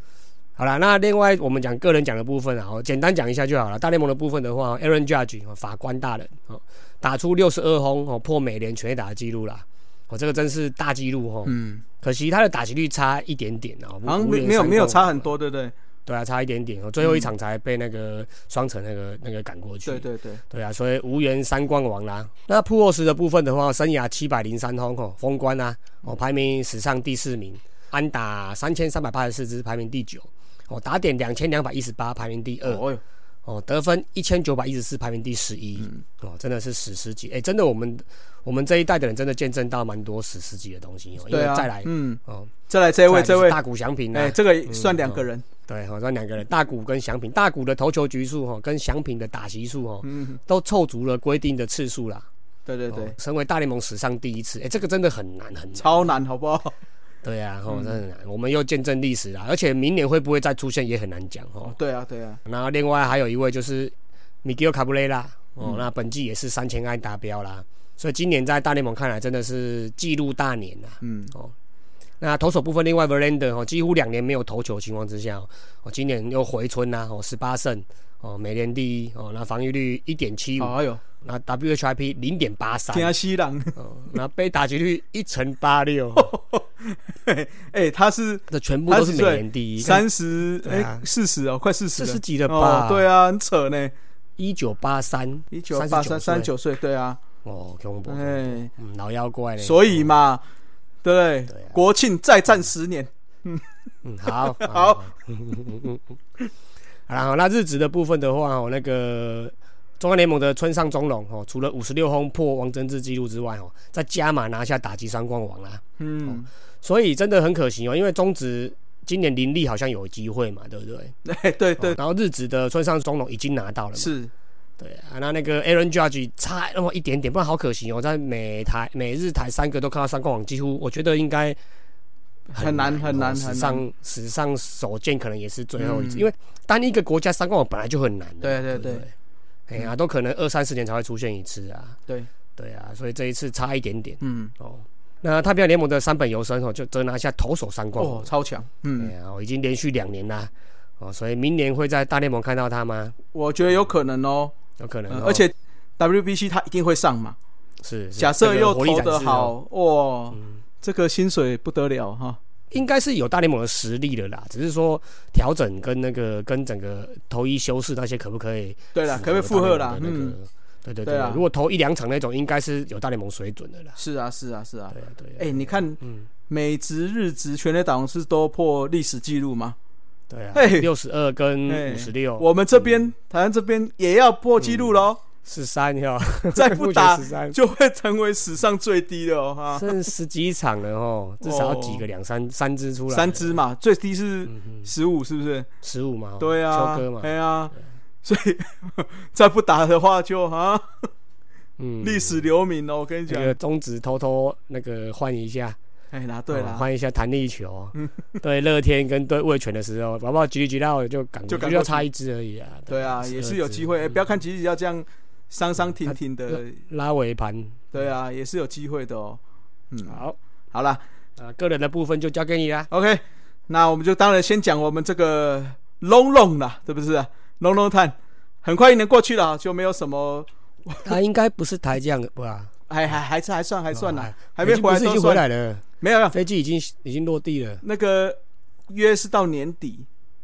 Speaker 3: 好啦，那另外我们讲个人奖的部分啊，哦，简单讲一下就好了。大联盟的部分的话，Aaron Judge 哦法官大人哦，打出六十二轰哦，破美联全垒打的记录啦。哦，这个真是大记录哦。
Speaker 1: 嗯，
Speaker 3: 可惜他的打击率差一点点哦，
Speaker 1: 好像
Speaker 3: 5.3
Speaker 1: 没没有没有差很
Speaker 3: 多。
Speaker 1: 多，对不对？
Speaker 3: 对啊，差一点点哦，最后一场才被那个双城那个那个赶过去。
Speaker 1: 对对对，
Speaker 3: 对啊，所以无缘三冠王啦。那普洛斯的部分的话，生涯七百零三轰哦，封冠啦、哦，排名史上第四名，安打三千三百八十四支，排名第九。哦，打点两千两百一十八，排名第二。
Speaker 1: 哦呦，
Speaker 3: 哦，得分一千九百一十四，排名第十一。
Speaker 1: 嗯
Speaker 3: 哦，真的是史诗级。哎，真的，我们我们这一代的人真的见证到蛮多史诗级的东西哦。因
Speaker 1: 对
Speaker 3: 为
Speaker 1: 啊
Speaker 3: 再来，，
Speaker 1: 嗯，
Speaker 3: 哦，
Speaker 1: 再来这
Speaker 3: 再
Speaker 1: 位
Speaker 3: 来就
Speaker 1: 这
Speaker 3: 是
Speaker 1: 位，
Speaker 3: 大谷翔平
Speaker 1: 哎，
Speaker 3: 啊，
Speaker 1: 这个算两个人，
Speaker 3: 对，好、哦，这两个人，大谷跟翔平，大谷的投球局数哦，跟翔平的打席数哦，
Speaker 1: 嗯，
Speaker 3: 都凑足了规定的次数啦。
Speaker 1: 对对
Speaker 3: 哦
Speaker 1: 对，
Speaker 3: 身为大联盟史上第一次，哎、这个真的很难很难。
Speaker 1: 超难，好不好？
Speaker 3: 对啊，哦，
Speaker 1: 嗯
Speaker 3: 真的很难。我们又见证历史啦，而且明年会不会再出现也很难讲哦
Speaker 1: 哦。对啊对啊，
Speaker 3: 然后另外还有一位就是米基奥卡布雷拉，哦，
Speaker 1: 嗯
Speaker 3: 那本季也是三千安达标啦，所以今年在大联盟看来真的是纪录大年呐、
Speaker 1: 嗯，
Speaker 3: 那投手部分，另外 Verlander 哦，几乎两年没有投球的情况之下，哦，今年又回春呐、哦，十八胜，哦，美联第一，哦，那防御率一点七五，
Speaker 1: 哎呦，
Speaker 3: 那 WHIP 零点八三，
Speaker 1: 天西朗，
Speaker 3: 哦，那被打击率一乘八六，
Speaker 1: 哎，他是
Speaker 3: 这全部都是美联第一，
Speaker 1: 三十
Speaker 3: 对啊
Speaker 1: 哎四十哦，快四十
Speaker 3: 四
Speaker 1: 了
Speaker 3: 十。几了
Speaker 1: 哦，
Speaker 3: 吧？
Speaker 1: 对
Speaker 3: 啊，
Speaker 1: 啊，很扯呢，
Speaker 3: 一九八三，
Speaker 1: 一九八三三十
Speaker 3: 39
Speaker 1: 九岁，对啊，
Speaker 3: 哦，恐怖，
Speaker 1: 哎，
Speaker 3: 嗯，老妖怪嘞。
Speaker 1: 所以嘛，对不
Speaker 3: 对
Speaker 1: 对
Speaker 3: 啊？
Speaker 1: 国庆再战十年，
Speaker 3: 嗯， 好， 好，好，然后那日职的部分的话，哦，那个中华联盟的村上中龙哦，除了五十六轰破王贞治纪录之外哦，再加码拿下打击三冠王啦、啊哦
Speaker 1: 嗯，
Speaker 3: 所以真的很可惜哦，因为中职今年林立好像有机会嘛，对不对？
Speaker 1: 对哎对对
Speaker 3: 哦，然后日职的村上中龙已经拿到了嘛，
Speaker 1: 是，
Speaker 3: 对啊，那那个 Aaron Judge 差那么一点点，不然好可惜哦，在美台美日台三个都看到三冠王，几乎我觉得应该
Speaker 1: 很难很难
Speaker 3: 哦
Speaker 1: 很
Speaker 3: 史
Speaker 1: 难
Speaker 3: 上史上首见可能也是最后一次，
Speaker 1: 嗯
Speaker 3: 因为单一个国家三冠王本来就很难
Speaker 1: 对
Speaker 3: 的，
Speaker 1: 对
Speaker 3: 不
Speaker 1: 对，
Speaker 3: 哎呀、都可能二三十年才会出现一次啊，
Speaker 1: 对
Speaker 3: 对啊，所以这一次差一点点
Speaker 1: 嗯，
Speaker 3: 哦。那太平洋联盟的三本游生哦，就则拿下投手三冠王
Speaker 1: 哦，，超强，嗯
Speaker 3: 对，啊，我已经连续两年啦，哦，所以明年会在大联盟看到他吗？
Speaker 1: 我觉得有可能哦，
Speaker 3: 有可能
Speaker 1: 嗯
Speaker 3: 哦，
Speaker 1: 而且 WBC 他一定会上嘛，
Speaker 3: 是是
Speaker 1: 假设
Speaker 3: 这个
Speaker 1: 又
Speaker 3: 活力
Speaker 1: 投
Speaker 3: 展
Speaker 1: 得
Speaker 3: 示哦
Speaker 1: 好，哇，
Speaker 3: 嗯
Speaker 1: 这个薪水不得了哈，
Speaker 3: 应该是有大联盟的实力了啦，只是说调整跟那个跟整个投一休四那些可不可以？
Speaker 1: 对了，可不可以附和啦？嗯，
Speaker 3: 嗯，对对
Speaker 1: 对啊
Speaker 3: 如果投一两场那种，应该是有大联盟水准的啦。
Speaker 1: 是啊是啊是啊，
Speaker 3: 对啊，对啊，
Speaker 1: 哎，你看
Speaker 3: 嗯，
Speaker 1: 美职、日职全垒打王是都破历史记录吗？
Speaker 3: 对啊，
Speaker 1: 嘿
Speaker 3: 六十二
Speaker 1: 嘿
Speaker 3: 跟五十六，
Speaker 1: 我们这边台湾这边也要破纪录喽，
Speaker 3: 十三哟，
Speaker 1: 再不打
Speaker 3: 十三，
Speaker 1: 就会成为史上最低的哦哈。
Speaker 3: 剩十几场了哦，至少要几个两三三支出来，
Speaker 1: 哦三支，嘛，最低是
Speaker 3: 啊嗯哼，
Speaker 1: 十五，是不是？
Speaker 3: 十五嘛，哦
Speaker 1: 对啊，
Speaker 3: 秋哥嘛，
Speaker 1: 对啊，所以 再不打的话就啊
Speaker 3: 嗯，
Speaker 1: 历史留名哦。我跟你
Speaker 3: 这
Speaker 1: 讲，
Speaker 3: 个中指偷偷那个换一下，
Speaker 1: 哎，啦，对
Speaker 3: 哦
Speaker 1: 啦，
Speaker 3: 换一下弹 力球，对乐天跟对味全的时候，搞不好局里局到就赶
Speaker 1: 就
Speaker 3: 过
Speaker 1: 赶过去
Speaker 3: 去，就差一支而已啊。
Speaker 1: 对啊，
Speaker 3: 12
Speaker 1: 也是有机
Speaker 3: 支
Speaker 1: 会。哎不要
Speaker 3: 嗯
Speaker 1: 看吉吉要这样伤伤停停的，
Speaker 3: 拉尾盘。
Speaker 1: 对啊，也是有机会的哦。嗯，
Speaker 3: 好，
Speaker 1: 好啦
Speaker 3: 啊，个人的部分就交给你 啦。
Speaker 1: o k 那我们就当然先讲我们这个 long long 呃啦，是不是？long long time，很快一年过去了，就没有什么，
Speaker 3: 他啊应该不是台将的吧？
Speaker 1: 还还还是还算还算啦
Speaker 3: 哦，，
Speaker 1: 还没
Speaker 3: 已经
Speaker 1: 回
Speaker 3: 不
Speaker 1: 来
Speaker 3: 是已
Speaker 1: 都
Speaker 3: 经回
Speaker 1: 算，
Speaker 3: 来了，
Speaker 1: 没有没有。
Speaker 3: 飞机已经已经落地了。
Speaker 1: 那个约是到年底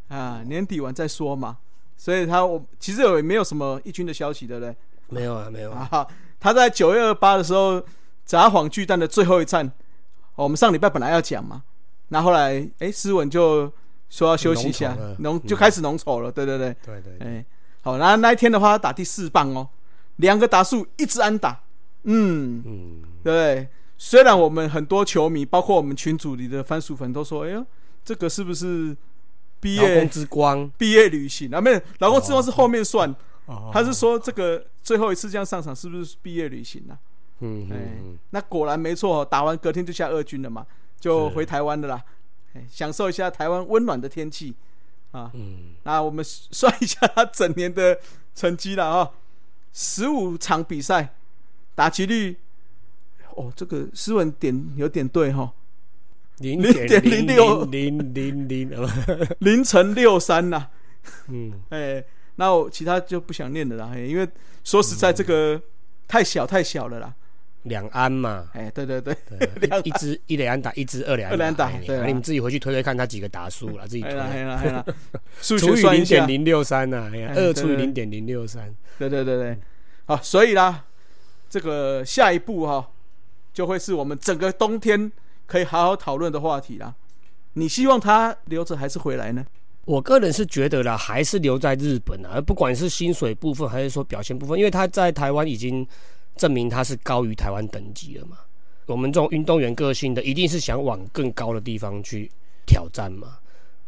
Speaker 1: 啊，年底完再说嘛。所以他我其实也没有什么一军的消息，对不对？
Speaker 3: 没有啊，没有啊。
Speaker 1: 啊，他在九月二八的时候砸谎巨蛋的最后一站，哦我们上礼拜本来要讲嘛，那后来哎思文就说要休息一下
Speaker 3: 浓稠了，
Speaker 1: 浓
Speaker 3: 嗯
Speaker 1: 就开始浓稠了，对对对，
Speaker 3: 对对，对
Speaker 1: 哎，好，然后那一天的话他打第四棒哦，两个打数一直安打，嗯，
Speaker 3: 嗯，
Speaker 1: 对不对？虽然我们很多球迷，包括我们群组里的番薯粉，都说：“哎呦，这个是不是毕
Speaker 3: 劳工
Speaker 1: 业
Speaker 3: 之光，
Speaker 1: 毕业旅行啊？”没有，劳工之光是后面算，
Speaker 3: 哦
Speaker 1: 他是说这个最后一次这样上场是不是毕业旅行啊？
Speaker 3: 嗯嗯
Speaker 1: 哎
Speaker 3: 嗯，
Speaker 1: 那果然没错、哦，打完隔天就下二军了嘛，就是回台湾的啦，哎享受一下台湾温暖的天气啊。
Speaker 3: 嗯，
Speaker 1: 那我们算一下他整年的成绩了啊、十五场比赛，打击率，哦，这个斯文点有点对哦 哈、
Speaker 3: 零
Speaker 1: 0.06
Speaker 3: 零零零零零，啊
Speaker 1: 凌晨六三呐，
Speaker 3: 嗯，
Speaker 1: 哎，那我其他就不想念了啦，哎因为说实在这个、
Speaker 3: 嗯
Speaker 1: 太小太小了啦，
Speaker 3: 两安嘛，
Speaker 1: 哎，对对对，
Speaker 3: 对啊，一一支一垒安打，一支二垒安
Speaker 1: 二垒安打
Speaker 3: 哎
Speaker 1: 对啊
Speaker 3: 啊你们自己回去推推看他几个打数了，自己
Speaker 1: 哎
Speaker 3: 推。啊
Speaker 1: 啦哎啦 哎啦，数
Speaker 3: 除
Speaker 1: 学
Speaker 3: 以
Speaker 1: 算一
Speaker 3: 零
Speaker 1: 下
Speaker 3: 点，零六三呐，哎呀
Speaker 1: 哎，
Speaker 3: 二
Speaker 1: 对
Speaker 3: 除
Speaker 1: 对
Speaker 3: 以零点零六三，
Speaker 1: 对对对对，好，所以啦，这个下一步哈、就会是我们整个冬天可以好好讨论的话题啦。你希望他留着还是回来呢？
Speaker 3: 我个人是觉得啦，还是留在日本啊，不管是薪水部分还是说表现部分，因为他在台湾已经证明他是高于台湾等级了嘛。我们这种运动员个性的，一定是想往更高的地方去挑战嘛。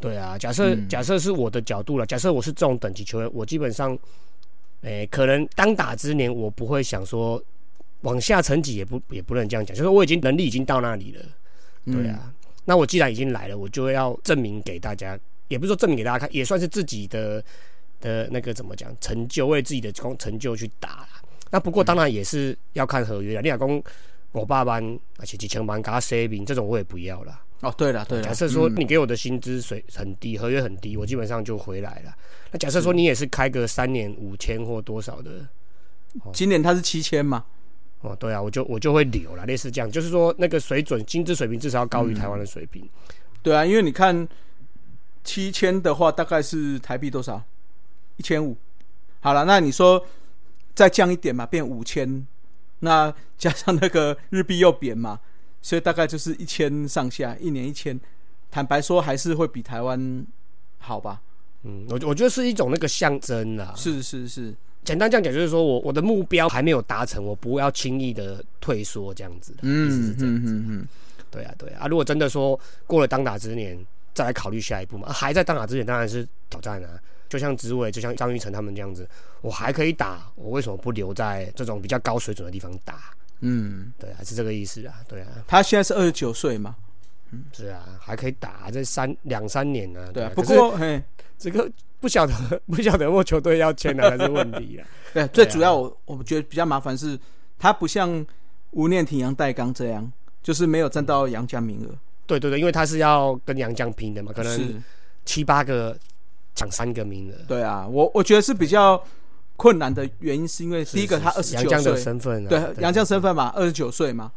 Speaker 3: 对啊，假设、
Speaker 1: 嗯
Speaker 3: 假设是我的角度了，假设我是这种等级球员，我基本上，诶、可能当打之年，我不会想说往下层级，也不也不能这样讲，就是我已经能力已经到那里了。对啊，
Speaker 1: 嗯
Speaker 3: 那我既然已经来了，我就要证明给大家，也不是说证明给大家看，也算是自己的的那个怎么讲成就，为自己的功成就去打啦。那不过当然也是要看合约了。你老公我爸啊班，而且几千班给他 saving 这种我也不要啦。
Speaker 1: 哦，对了对了，
Speaker 3: 假设说
Speaker 1: 嗯
Speaker 3: 你给我的薪资水很低，合约很低，我基本上就回来了。那假设说你也是开个三年五千或多少的，
Speaker 1: 今年他是七千嘛，
Speaker 3: 哦，对啊，我就我就会留了，类似这样，就是说那个水准薪资水平至少要
Speaker 1: 嗯
Speaker 3: 高于台湾的水平。
Speaker 1: 对啊，因为你看七千的话，大概是台币多少？一千五。好了，那你说再降一点嘛，变五千，那加上那个日币又贬嘛，所以大概就是一千上下，一年一千。坦白说，还是会比台湾好吧？
Speaker 3: 嗯，我我觉得是一种那个象征啦。
Speaker 1: 是是是，
Speaker 3: 简单这样讲，就是说我我的目标还没有达成，我不要轻易的退缩这样子的，意思是
Speaker 1: 嗯
Speaker 3: 这样
Speaker 1: 嗯
Speaker 3: 子。
Speaker 1: 嗯嗯，
Speaker 3: 对啊，对啊。啊如果真的说过了当打之年，再来考虑下一步嘛。啊还在当打之前，当然是挑战啊。就像职位，就像张玉成他们这样子，我还可以打，我为什么不留在这种比较高水准的地方打？
Speaker 1: 嗯，
Speaker 3: 对啊，是这个意思啊。对啊，
Speaker 1: 他现在是二十九岁嘛，
Speaker 3: 是啊，还可以打，这三两三年啊。
Speaker 1: 对
Speaker 3: 啊
Speaker 1: 啊，，不
Speaker 3: 可是
Speaker 1: 过嘿，
Speaker 3: 这个不晓得 不晓得有没有球队要签的才是问题啊。
Speaker 1: 对，最主要我我觉得比较麻烦是，他不像吴念挺、杨代刚这样，就是没有占到杨家名额，
Speaker 3: 对对对，因为他是要跟杨绛拼的嘛，可能
Speaker 1: 是，
Speaker 3: 七八个抢三个名额。
Speaker 1: 对啊，我我觉得是比较困难的原因是因为
Speaker 3: 是
Speaker 1: 第一个
Speaker 3: 是
Speaker 1: 他
Speaker 3: 是
Speaker 1: 二十
Speaker 3: 杨
Speaker 1: 九
Speaker 3: 绛的
Speaker 1: 岁，
Speaker 3: 身份啊，
Speaker 1: 对，杨绛身份嘛，二十九岁嘛，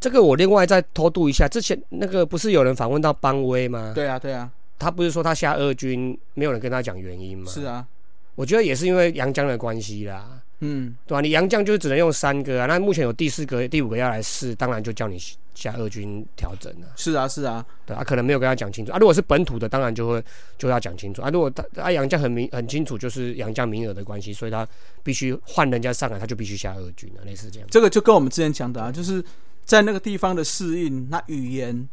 Speaker 3: 这个我另外再偷渡一下，之前那个不是有人访问到邦威吗？，
Speaker 1: 对啊，对啊，
Speaker 3: 他不是说他下二军没有人跟他讲原因吗？
Speaker 1: 是，啊，
Speaker 3: 我觉得也是因为杨绛的关系啦，
Speaker 1: 嗯，
Speaker 3: 对吧、啊你杨绛就只能用三个啊，那目前有第四个、第五个要来试，当然就叫你下二军调整了、啊。
Speaker 1: 是啊，是啊，
Speaker 3: 对啊，可能没有跟他讲清楚啊。如果是本土的，当然就会就要讲清楚啊。如果他啊杨绛很明很清楚，就是杨绛名额的关系，所以他必须换人家上来，他就必须下二军啊，类似这样。
Speaker 1: 这个就跟我们之前讲的啊，就是在那个地方的适应，那语言，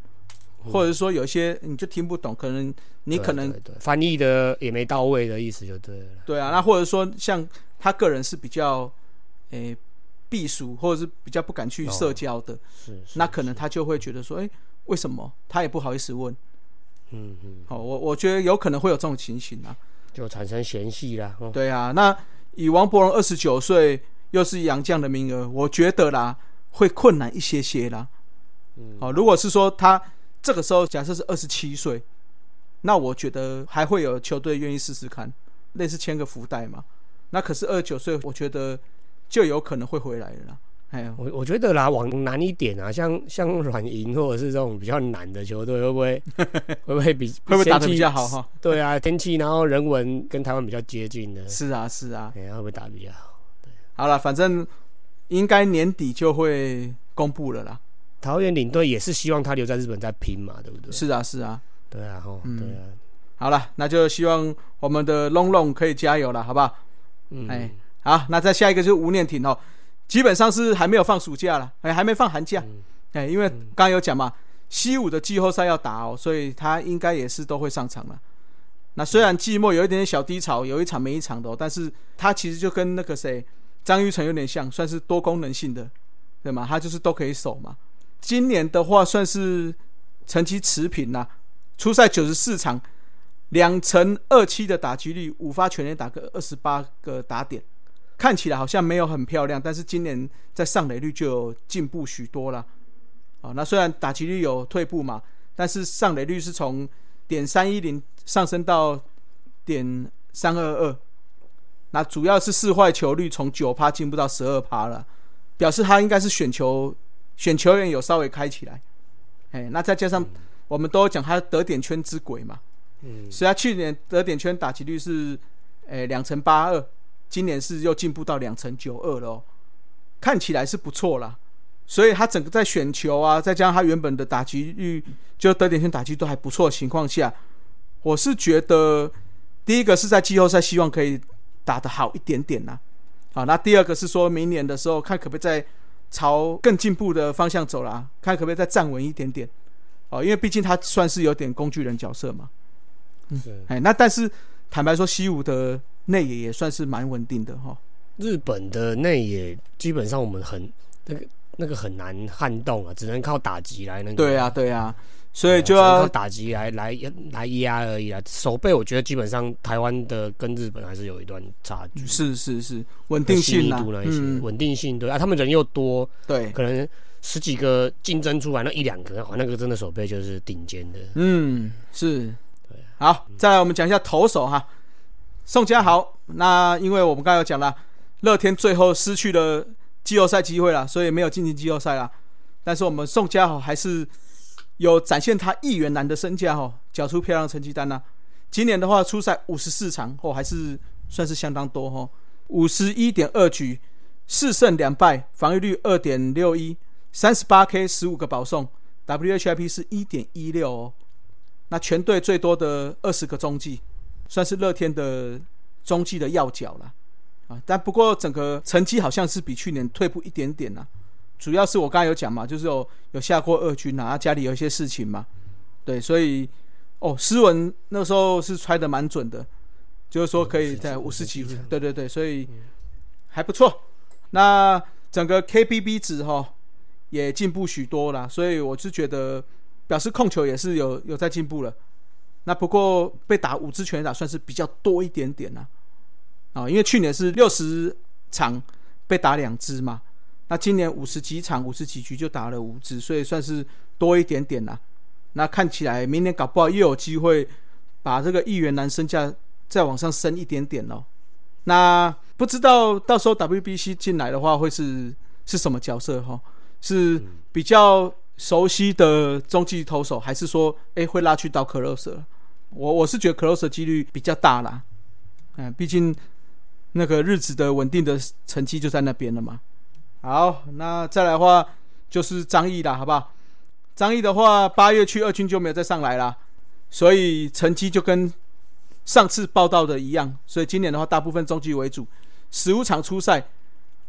Speaker 1: 或者说有一些你就听不懂，可能你
Speaker 3: 嗯对
Speaker 1: 可能
Speaker 3: 对对翻译的也没到位的意思就对了。
Speaker 1: 对啊，那或者说像他个人是比较诶避暑，或者是比较不敢去社交的，
Speaker 3: 是，哦是
Speaker 1: 那可能他就会觉得说，诶，为什么？他也不好意思问。
Speaker 3: 嗯嗯，
Speaker 1: 好、我我觉得有可能会有这种情形啊。
Speaker 3: 就产生嫌隙啦。哦、
Speaker 1: 对啊，那以王伯荣二十九岁又是杨绛的名额，我觉得啦会困难一些些啦。哦
Speaker 3: 嗯，
Speaker 1: 好、如果是说他这个时候假设是二十七岁，那我觉得还会有球队愿意试试看，类似签个福袋嘛。那可是二十九岁，我觉得就有可能会回来了啦。哎呦，
Speaker 3: 我我觉得啦，往难一点啊，像像软银或者是这种比较难的球队，会 不会会不会比
Speaker 1: 会不会打得
Speaker 3: 天气
Speaker 1: 比较好哈？
Speaker 3: 对啊，天气然后人文跟台湾比较接近的，
Speaker 1: 是啊，是啊。
Speaker 3: 哎呀，会不会打得比较好？
Speaker 1: 好了，反正应该年底就会公布了啦。
Speaker 3: 桃园领队也是希望他留在日本再拼嘛，对不对？，
Speaker 1: 是啊，是啊。
Speaker 3: 对啊，吼，
Speaker 1: 嗯
Speaker 3: 对啊，
Speaker 1: 好了，那就希望我们的龙龙可以加油了，好不好？
Speaker 3: 嗯，
Speaker 1: 哎好，那再下一个就是吴念挺哦，基本上是还没有放暑假了，哎，还没放寒假，
Speaker 3: 嗯
Speaker 1: 哎，因为刚刚有讲嘛，西武的季后赛要打哦，所以他应该也是都会上场了。那虽然季末有一点点小低潮，有一场没一场的、哦，但是他其实就跟那个谁张玉成有点像，算是多功能性的，对吗？他就是都可以守嘛。今年的话算是成绩持平啦，初赛九十四场，两成二七的打击率，五发全垒打个二十八个打点，看起来好像没有很漂亮，但是今年在上垒率就有进步许多了。啊、那虽然打击率有退步嘛，但是上垒率是从点三一零上升到点三二二，那主要是四坏球率从九趴进步到十二趴了，表示他应该是选球选球员有稍微开起来，哎，那再加上我们都有讲他得点圈之鬼嘛，
Speaker 3: 嗯，
Speaker 1: 所以他去年得点圈打击率是，诶两成八二，今年是又进步到两成九二了哦，看起来是不错啦。所以他整个在选球啊，再加上他原本的打击率，就得点圈打击都还不错的情况下，我是觉得第一个是在季后赛希望可以打得好一点点啦、好，那第二个是说明年的时候看可不可以再朝更进步的方向走啦，看可不可以再站稳一点点。哦，因为毕竟他算是有点工具人角色嘛。
Speaker 3: 是
Speaker 1: 哎，那但是坦白说，西武的内野也算是蛮稳定的哈。
Speaker 3: 日本的内野基本上我们很那个那个很难撼动啊，只能靠打击来那个。
Speaker 1: 对啊，对啊，所以就
Speaker 3: 只能
Speaker 1: 要
Speaker 3: 靠打击来来来压而已啦。手背我觉得基本上台湾的跟日本还是有一段差距，
Speaker 1: 是是是稳定
Speaker 3: 细
Speaker 1: 性
Speaker 3: 腻
Speaker 1: 啦
Speaker 3: 度那，一些
Speaker 1: 嗯，
Speaker 3: 稳定性对啊，他们人又多，
Speaker 1: 对，
Speaker 3: 可能十几个竞争出来那一两个，哦哇，那个真的手背就是顶尖的。
Speaker 1: 嗯，是。好，再来我们讲一下投手哈，宋佳豪。那因为我们刚才有讲了，乐天最后失去了季后赛机会了，所以没有晋级季后赛啦。但是我们宋佳豪还是有展现他一元男的身价哦，缴出漂亮成绩单呐、啊今年的话，出赛五十四场哦，还是算是相当多哦，五十一点二局，四胜两败，防御率二点六一，三十八 K 十五个保送，WHIP 是一点一六哦。那全队最多的二十个中继，算是乐天的中继的要角啦。啊，但不过整个成绩好像是比去年退步一点点啊。主要是我刚才有讲嘛，就是有有下过二军啊，家里有一些事情嘛，对，所以哦，诗文那时候是猜的蛮准的，就是说可以在五十几分，嗯对对对，所以还不错。那整个 KBB 值哈、也进步许多啦，所以我是觉得表示控球也是有有在进步了。那不过被打五支全垒打算是比较多一点点啦、啊，因为去年是六十场被打两支嘛，那今年五十几场五十几局就打了五支，所以算是多一点点啦、那看起来明年搞不好又有机会把这个一元男身价再往上升一点点哦。那不知道到时候 WBC 进来的话会是是什么角色哈、是比较熟悉的中继投手，还是说诶会拉去到 closer？我我是觉得 closer 几率比较大啦，嗯，毕竟那个日子的稳定的成绩就在那边了嘛。好，那再来的话就是张毅啦，好不好？张毅的话，八月去二军就没有再上来啦，所以成绩就跟上次报道的一样，所以今年的话，大部分中继为主，十五场出赛，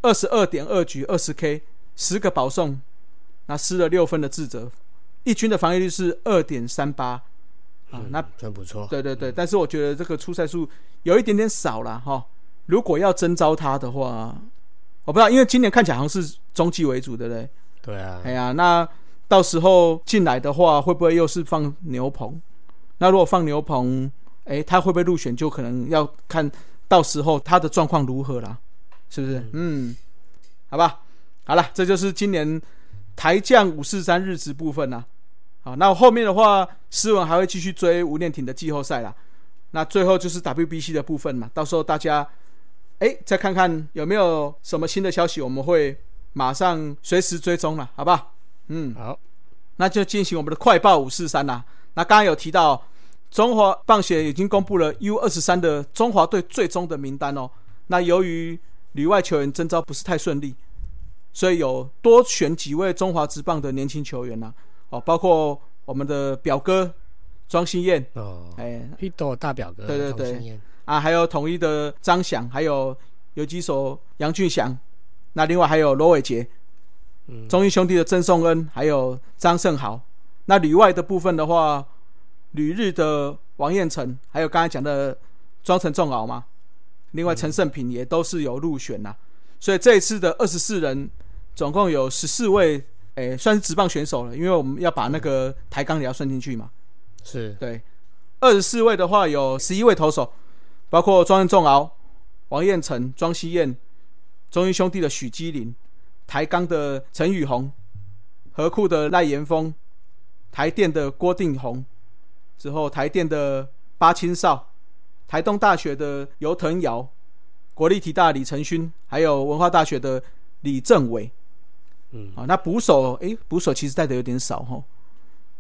Speaker 1: 二十二点二局，二十 K，十个保送，那失了六分的自责，一军的防御率是二点三八啊，那
Speaker 3: 嗯算不错。
Speaker 1: 对对对，但是我觉得这个出赛数有一点点少了哈。如果要征召他的话，我不知道，因为今年看起来好像是中继为主，对不对？
Speaker 3: 对啊
Speaker 1: 哎，呀，那到时候进来的话，会不会又是放牛棚？那如果放牛棚，哎，他会不会入选？就可能要看到时候他的状况如何啦，是不是？嗯，好吧，好了，这就是今年台将五四三日职部分啦。好，那后面的话，诗文还会继续追吴念挺的季后赛啦。那最后就是 WBC 的部分嘛，到时候大家哎再看看有没有什么新的消息，我们会马上随时追踪了，好不好？嗯，
Speaker 3: 好，
Speaker 1: 那就进行我们的快报五四三啦。那刚刚有提到，中华棒协已经公布了 U 二十三的中华队最终的名单哦。那由于里外球员征召不是太顺利，所以有多选几位中华职棒的年轻球员呐、哦，包括我们的表哥庄心燕，
Speaker 3: 哦
Speaker 1: 哎
Speaker 3: ，Hito 大表哥，
Speaker 1: 对对对
Speaker 3: 同性恋，
Speaker 1: 啊，还有统一的张翔，还有游击手杨俊祥，那另外还有罗伟杰，
Speaker 3: 嗯，
Speaker 1: 中英兄弟的郑颂恩，还有张胜豪。那旅外的部分的话，旅日的王彦辰，还有刚才讲的庄成仲敖嘛，另外陈胜平也都是有入选啦、所以这一次的二十四人，总共有十四位，诶、算是职棒选手了，因为我们要把那个抬杠也要算进去嘛。
Speaker 3: 是
Speaker 1: 对，二十四位的话有十一位投手，包括庄彦仲敖、王彦辰、庄希燕、中英兄弟的许基林、台钢的陈宇宏、河库的赖延峰、台电的郭定宏，之后台电的巴青少、台东大学的尤腾尧、国立体大李承勋，还有文化大学的李正伟。
Speaker 3: 嗯，
Speaker 1: 啊，那捕手，诶，捕手其实带的有点少哈，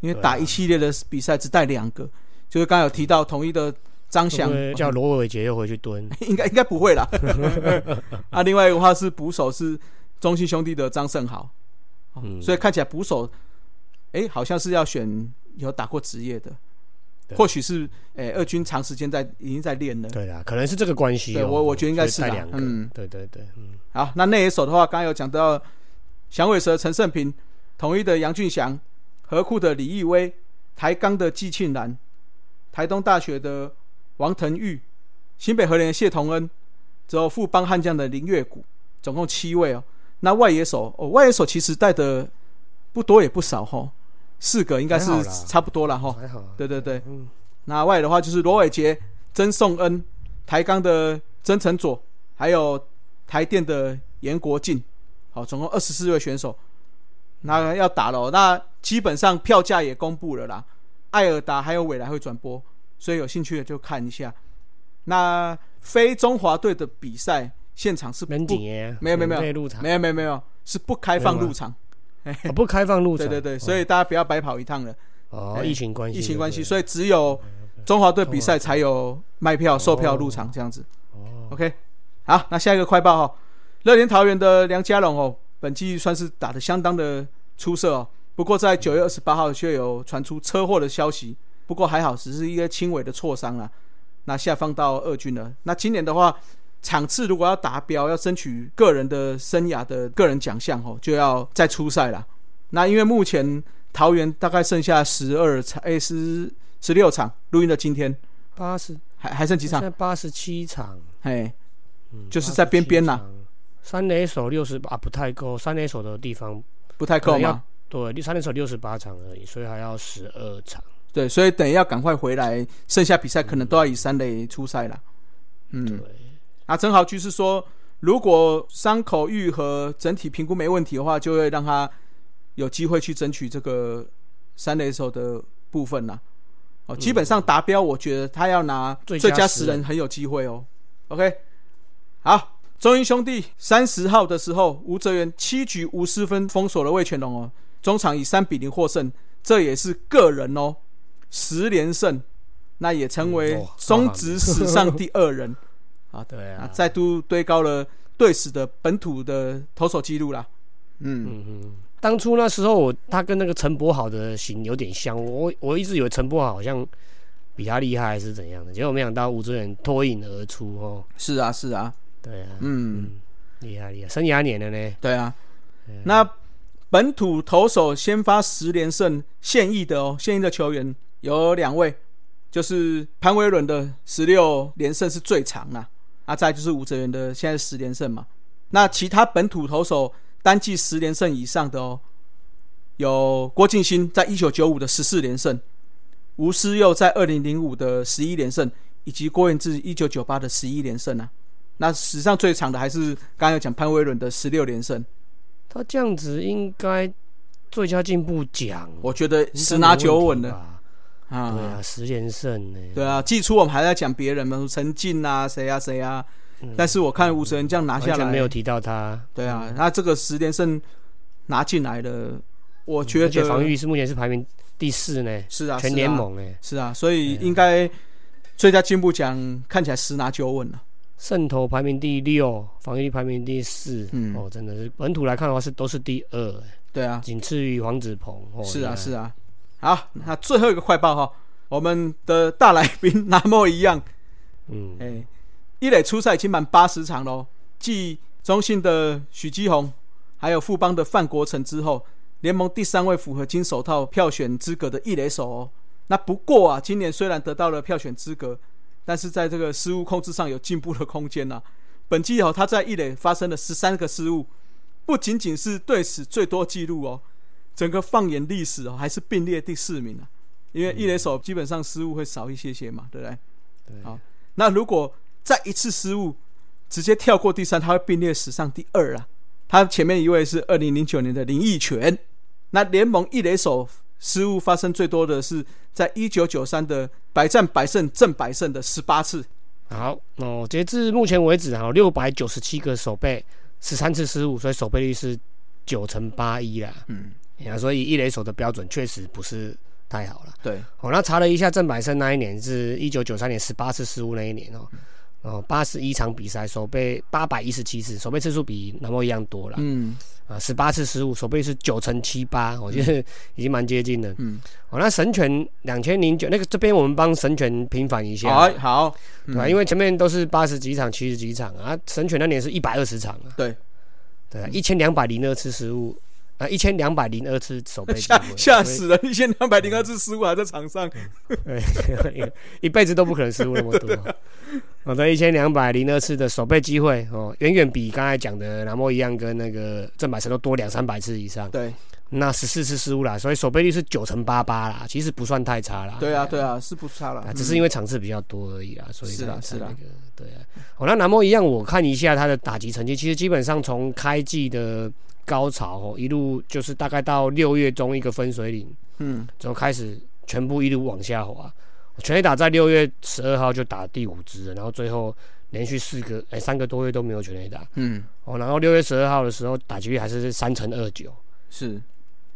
Speaker 1: 因为
Speaker 3: 对啊
Speaker 1: 打一系列的比赛只带两个，就是刚刚有提到统一的张
Speaker 3: 会
Speaker 1: 翔
Speaker 3: 不，会叫罗伟杰又回去蹲，
Speaker 1: 应该应该不会啦。 啊，另外一个话是捕手是中信兄弟的张胜豪，哦
Speaker 3: 嗯
Speaker 1: 所以看起来捕手，诶，好像是要选有打过职业的，
Speaker 3: 对
Speaker 1: 或许是诶二军长时间在已经在练了。
Speaker 3: 对啦，可能是这个关系哦。
Speaker 1: 对我我觉得应该是
Speaker 3: 所以带
Speaker 1: 啦
Speaker 3: 两个，
Speaker 1: 嗯
Speaker 3: 对对对，嗯，
Speaker 1: 好，那内野手的话，刚刚有讲到响尾蛇陈胜平、统一的杨俊祥、河库的李义威、台钢的季庆然、台东大学的王腾玉、新北和联的谢同恩，之后富邦悍将的林月谷，总共七位哦。那外野手，哦，外野手其实带的不多也不少哈，四个应该是
Speaker 3: 还好啦
Speaker 1: 差不多了哈。
Speaker 3: 还好啊，
Speaker 1: 哦对对对，
Speaker 3: 嗯
Speaker 1: 那外野的话就是罗伟杰、曾颂恩、台钢的曾成佐，还有台电的严国进，好，总共二十四位选手，那要打了哦、那基本上票价也公布了啦，艾尔达还有未来会转播，所以有兴趣的就看一下。那非中华队的比赛现场是不
Speaker 3: 门景耶，
Speaker 1: 没有没有没有
Speaker 3: 免费入场，
Speaker 1: 没有没有没有是不开放
Speaker 3: 没有吗
Speaker 1: 入场，
Speaker 3: 哦不开放入场，
Speaker 1: 对对对，所
Speaker 3: 以
Speaker 1: 以大家不要白跑一趟了。
Speaker 3: 哦
Speaker 1: 哎，
Speaker 3: 疫情关系，
Speaker 1: 疫情关系，
Speaker 3: 以
Speaker 1: 所以只有中华队比赛才有卖票、售票入场这样子。
Speaker 3: 哦，
Speaker 1: OK，好，那下一个快报哦，乐天桃园的梁家龙哦，本季算是打得相当的出色哦，不过在九月二十八号却有传出车祸的消息，不过还好只是一个轻微的挫伤啦，那下放到二军了。那今年的话，场次如果要达标，要争取个人的生涯的个人奖项哦，就要再出赛啦。那因为目前桃园大概剩下十二场，哎、十十六场，录音的今天
Speaker 3: 八十
Speaker 1: 还还剩几
Speaker 3: 现
Speaker 1: 场？
Speaker 3: 在八十七场，
Speaker 1: 嘿，
Speaker 3: 嗯
Speaker 1: 就是在边边啦。
Speaker 3: 87场三垒手六十八啊不太够，三垒手的地方
Speaker 1: 不太
Speaker 3: 可
Speaker 1: 够
Speaker 3: 能要
Speaker 1: 嘛。
Speaker 3: 对，三垒手六十八场而已，所以还要十二场。
Speaker 1: 对，所以等于要赶快回来，剩下比赛可能都要以三垒出赛啦。
Speaker 3: 对
Speaker 1: 嗯，，啊，曾豪居是说，如果伤口愈合，整体评估没问题的话，就会让他有机会去争取这个三垒手的部分啦。哦，
Speaker 3: 嗯
Speaker 1: 基本上达标，我觉得他要拿
Speaker 3: 最
Speaker 1: 最
Speaker 3: 佳
Speaker 1: 佳
Speaker 3: 十
Speaker 1: 十
Speaker 3: 人
Speaker 1: 人很有机会哦。OK，好，中英兄弟三十号的时候，吴哲源七局无失分封锁了魏全龙哦，中场以三比零获胜，这也是个人哦十连胜，那也成
Speaker 3: 嗯
Speaker 1: 为
Speaker 3: 哇
Speaker 1: 中职史上第二人。
Speaker 3: 对
Speaker 1: 啊
Speaker 3: 啊，，
Speaker 1: 再度堆高了队史的本土的投手记录啦。嗯，
Speaker 3: 嗯哼，当初那时候我他跟那个陈柏豪的型有点像，我我一直以为陈柏豪好像比他厉害还是怎样的，结果没想到吴志远脱颖而出哦。
Speaker 1: 是啊，是啊，
Speaker 3: 对啊，
Speaker 1: 嗯，
Speaker 3: 嗯，厉害厉害，生涯年了呢。
Speaker 1: 对啊。那本土投手先发十连胜，现役的哦，现役的球员有两位，就是潘威伦的十六连胜是最长啦，啊，再来就是吴哲源的现在十连胜嘛。那其他本土投手单季十连胜以上的哦，有郭敬欣在一九九五的十四连胜，吴思佑在二零零五的十一连胜，以及郭彦志一九九八的十一连胜啊。那史上最长的还是刚刚有讲潘威伦的十六连胜，
Speaker 3: 他这样子应该最佳进步奖，
Speaker 1: 我觉得
Speaker 3: 应该
Speaker 1: 十拿九稳
Speaker 3: 没
Speaker 1: 的
Speaker 3: 吧？
Speaker 1: 啊
Speaker 3: 对啊，十连胜呢。
Speaker 1: 对啊，季初我们还在讲别人嘛，陈进啊，谁啊谁啊，
Speaker 3: 嗯
Speaker 1: 但是我看吴哲源这样拿
Speaker 3: 完
Speaker 1: 下
Speaker 3: 全
Speaker 1: 来，
Speaker 3: 没有嗯提到他。
Speaker 1: 对啊，那这个十连胜拿进来了，我觉
Speaker 3: 而
Speaker 1: 得
Speaker 3: 且防御是目前是排名第四呢，
Speaker 1: 是啊，
Speaker 3: 全
Speaker 1: 是啊
Speaker 3: 联盟哎，
Speaker 1: 是啊，所以应该最佳进步奖看起来十拿九稳了。
Speaker 3: 胜投排名第六，防御力排名第四。
Speaker 1: 嗯
Speaker 3: 哦，真的是本土来看的话是都是第二，哎
Speaker 1: 对啊，
Speaker 3: 仅次于黄子鹏。哦，
Speaker 1: 是啊，是
Speaker 3: 啊，
Speaker 1: 啊。好，那最后一个快报哈，我们的大来宾 拿莫一样，
Speaker 3: 嗯，
Speaker 1: 哎、一垒出赛已经满八十场喽，继中信的许基宏，还有富邦的范国成之后，联盟第三位符合金手套票选资格的一垒手哦。那不过啊，今年虽然得到了票选资格，但是在这个失误控制上有进步的空间呐、啊。本季哦，他在一垒发生了十三个失误，不仅仅是队史最多纪录哦，整个放眼历史哦，还是并列第四名啊。因为一垒手基本上失误会少一些些嘛，对不对？
Speaker 3: 对
Speaker 1: 好那如果再一次失误，直接跳过第三，他会并列史上第二啊。他前面一位是二零零九年的林奕泉，那联盟一垒手失误发生最多的是在一九九三的百战百胜正百胜的十八次。
Speaker 3: 好，哦，截至目前为止啊，六百九十七个守备，十三次失误，所以守备率是九乘八一啦。
Speaker 1: 嗯，
Speaker 3: 啊，所以一垒手的标准确实不是太好了。
Speaker 1: 对，
Speaker 3: 哦，那查了一下郑百胜那一年是一九九三年十八次失误那一年哦，哦，八十一场比赛守备八百一十七次，守备次数比南莫一样多了。
Speaker 1: 嗯
Speaker 3: 啊，十八次失误，守备是九乘七八，我觉得已经蛮接近了。
Speaker 1: 嗯，
Speaker 3: 哦，那神拳两千零九那个这边我们帮神拳平反一下，
Speaker 1: 好好，
Speaker 3: 啊
Speaker 1: 嗯
Speaker 3: 对吧、因为前面都是八十几场、七十几场啊，神拳那年是一百二十场啊，
Speaker 1: 对
Speaker 3: 对啊，一千两百零二次失误啊，一千两百零二次守备机
Speaker 1: 吓
Speaker 3: 会，
Speaker 1: 吓
Speaker 3: 所以！嗯
Speaker 1: 死了！一千两百零二次失误还在场上，
Speaker 3: 对，一辈子都不可能失误那么多。我的一千两百零二次的守备机会哦，远远比刚才讲的南莫一样跟那个郑百成都多两三百次以上。
Speaker 1: 对
Speaker 3: 那十四次失误啦，所以守备率是九乘八八啦，其实不算太差啦。
Speaker 1: 对啊对啊，是不差了
Speaker 3: 啊，，只是因为场次比较多而已啦，所以
Speaker 1: 是
Speaker 3: 才
Speaker 1: 啦
Speaker 3: 才
Speaker 1: 是
Speaker 3: 那
Speaker 1: 啦
Speaker 3: 个对啊。哦，那南莫一样，我看一下他的打击成绩，其实基本上从开季的高潮哦，一路就是大概到六月中一个分水岭，
Speaker 1: 嗯
Speaker 3: 之后开始全部一路往下滑。全垒打在六月十二号就打第五支了，然后最后连续四个哎、三个多月都没有全垒打
Speaker 1: 嗯
Speaker 3: 哦，然后六月十二号的时候打击率还是三乘二九
Speaker 1: 是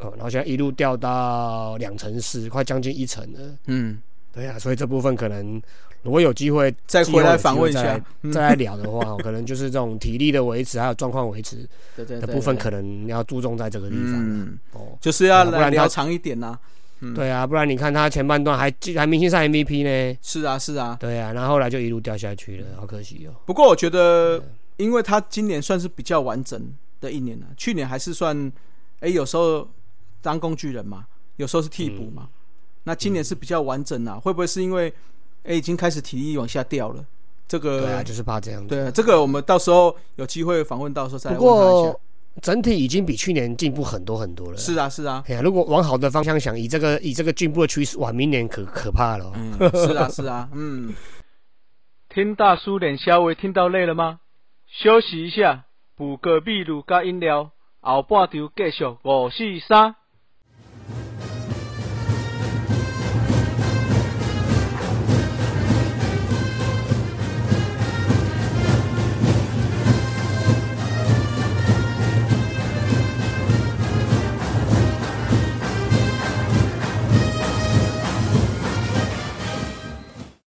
Speaker 3: 哦，然后现在一路掉到两乘四，快将近一成了。
Speaker 1: 嗯，
Speaker 3: 对啊，所以这部分可能如果有机会
Speaker 1: 再回来访问一
Speaker 3: 季后
Speaker 1: 下嗯
Speaker 3: 有机，再来聊的话，哦可能就是这种体力的维持还有状况维持
Speaker 1: 对对
Speaker 3: 的
Speaker 1: 对
Speaker 3: 部分，可能要注重在这个地方
Speaker 1: 嗯，
Speaker 3: 哦。
Speaker 1: 就是要
Speaker 3: 不然他
Speaker 1: 来聊长一点呐。嗯，
Speaker 3: 对啊，不然你看他前半段还记还明星赛 MVP 呢，
Speaker 1: 是啊，是啊。
Speaker 3: 对啊，然后后来就一路掉下去了，好可惜哦。
Speaker 1: 不过我觉得，因为他今年算是比较完整的一年了，啊去年还是算，哎，有时候当工具人嘛，有时候是替补嘛。
Speaker 3: 嗯
Speaker 1: 那今年是比较完整啊，会不会是因为，哎，已经开始体力往下掉了？这
Speaker 3: 对啊，
Speaker 1: 个
Speaker 3: 就是怕这样子。
Speaker 1: 对啊，这个我们到时候有机会访问到时候再
Speaker 3: 不
Speaker 1: 来问他一下
Speaker 3: 过。整体已经比去年进步很多很多了。
Speaker 1: 是啊，是啊，
Speaker 3: 哎呀，如果往好的方向想，以这个以这个进步的趋势，哇，明年可可怕了哦、
Speaker 2: 嗯，
Speaker 1: 是啊，是啊，嗯。听大叔脸稍微听到累了吗？休息一下，补个秘鲁加饮料，后半场继续五四三。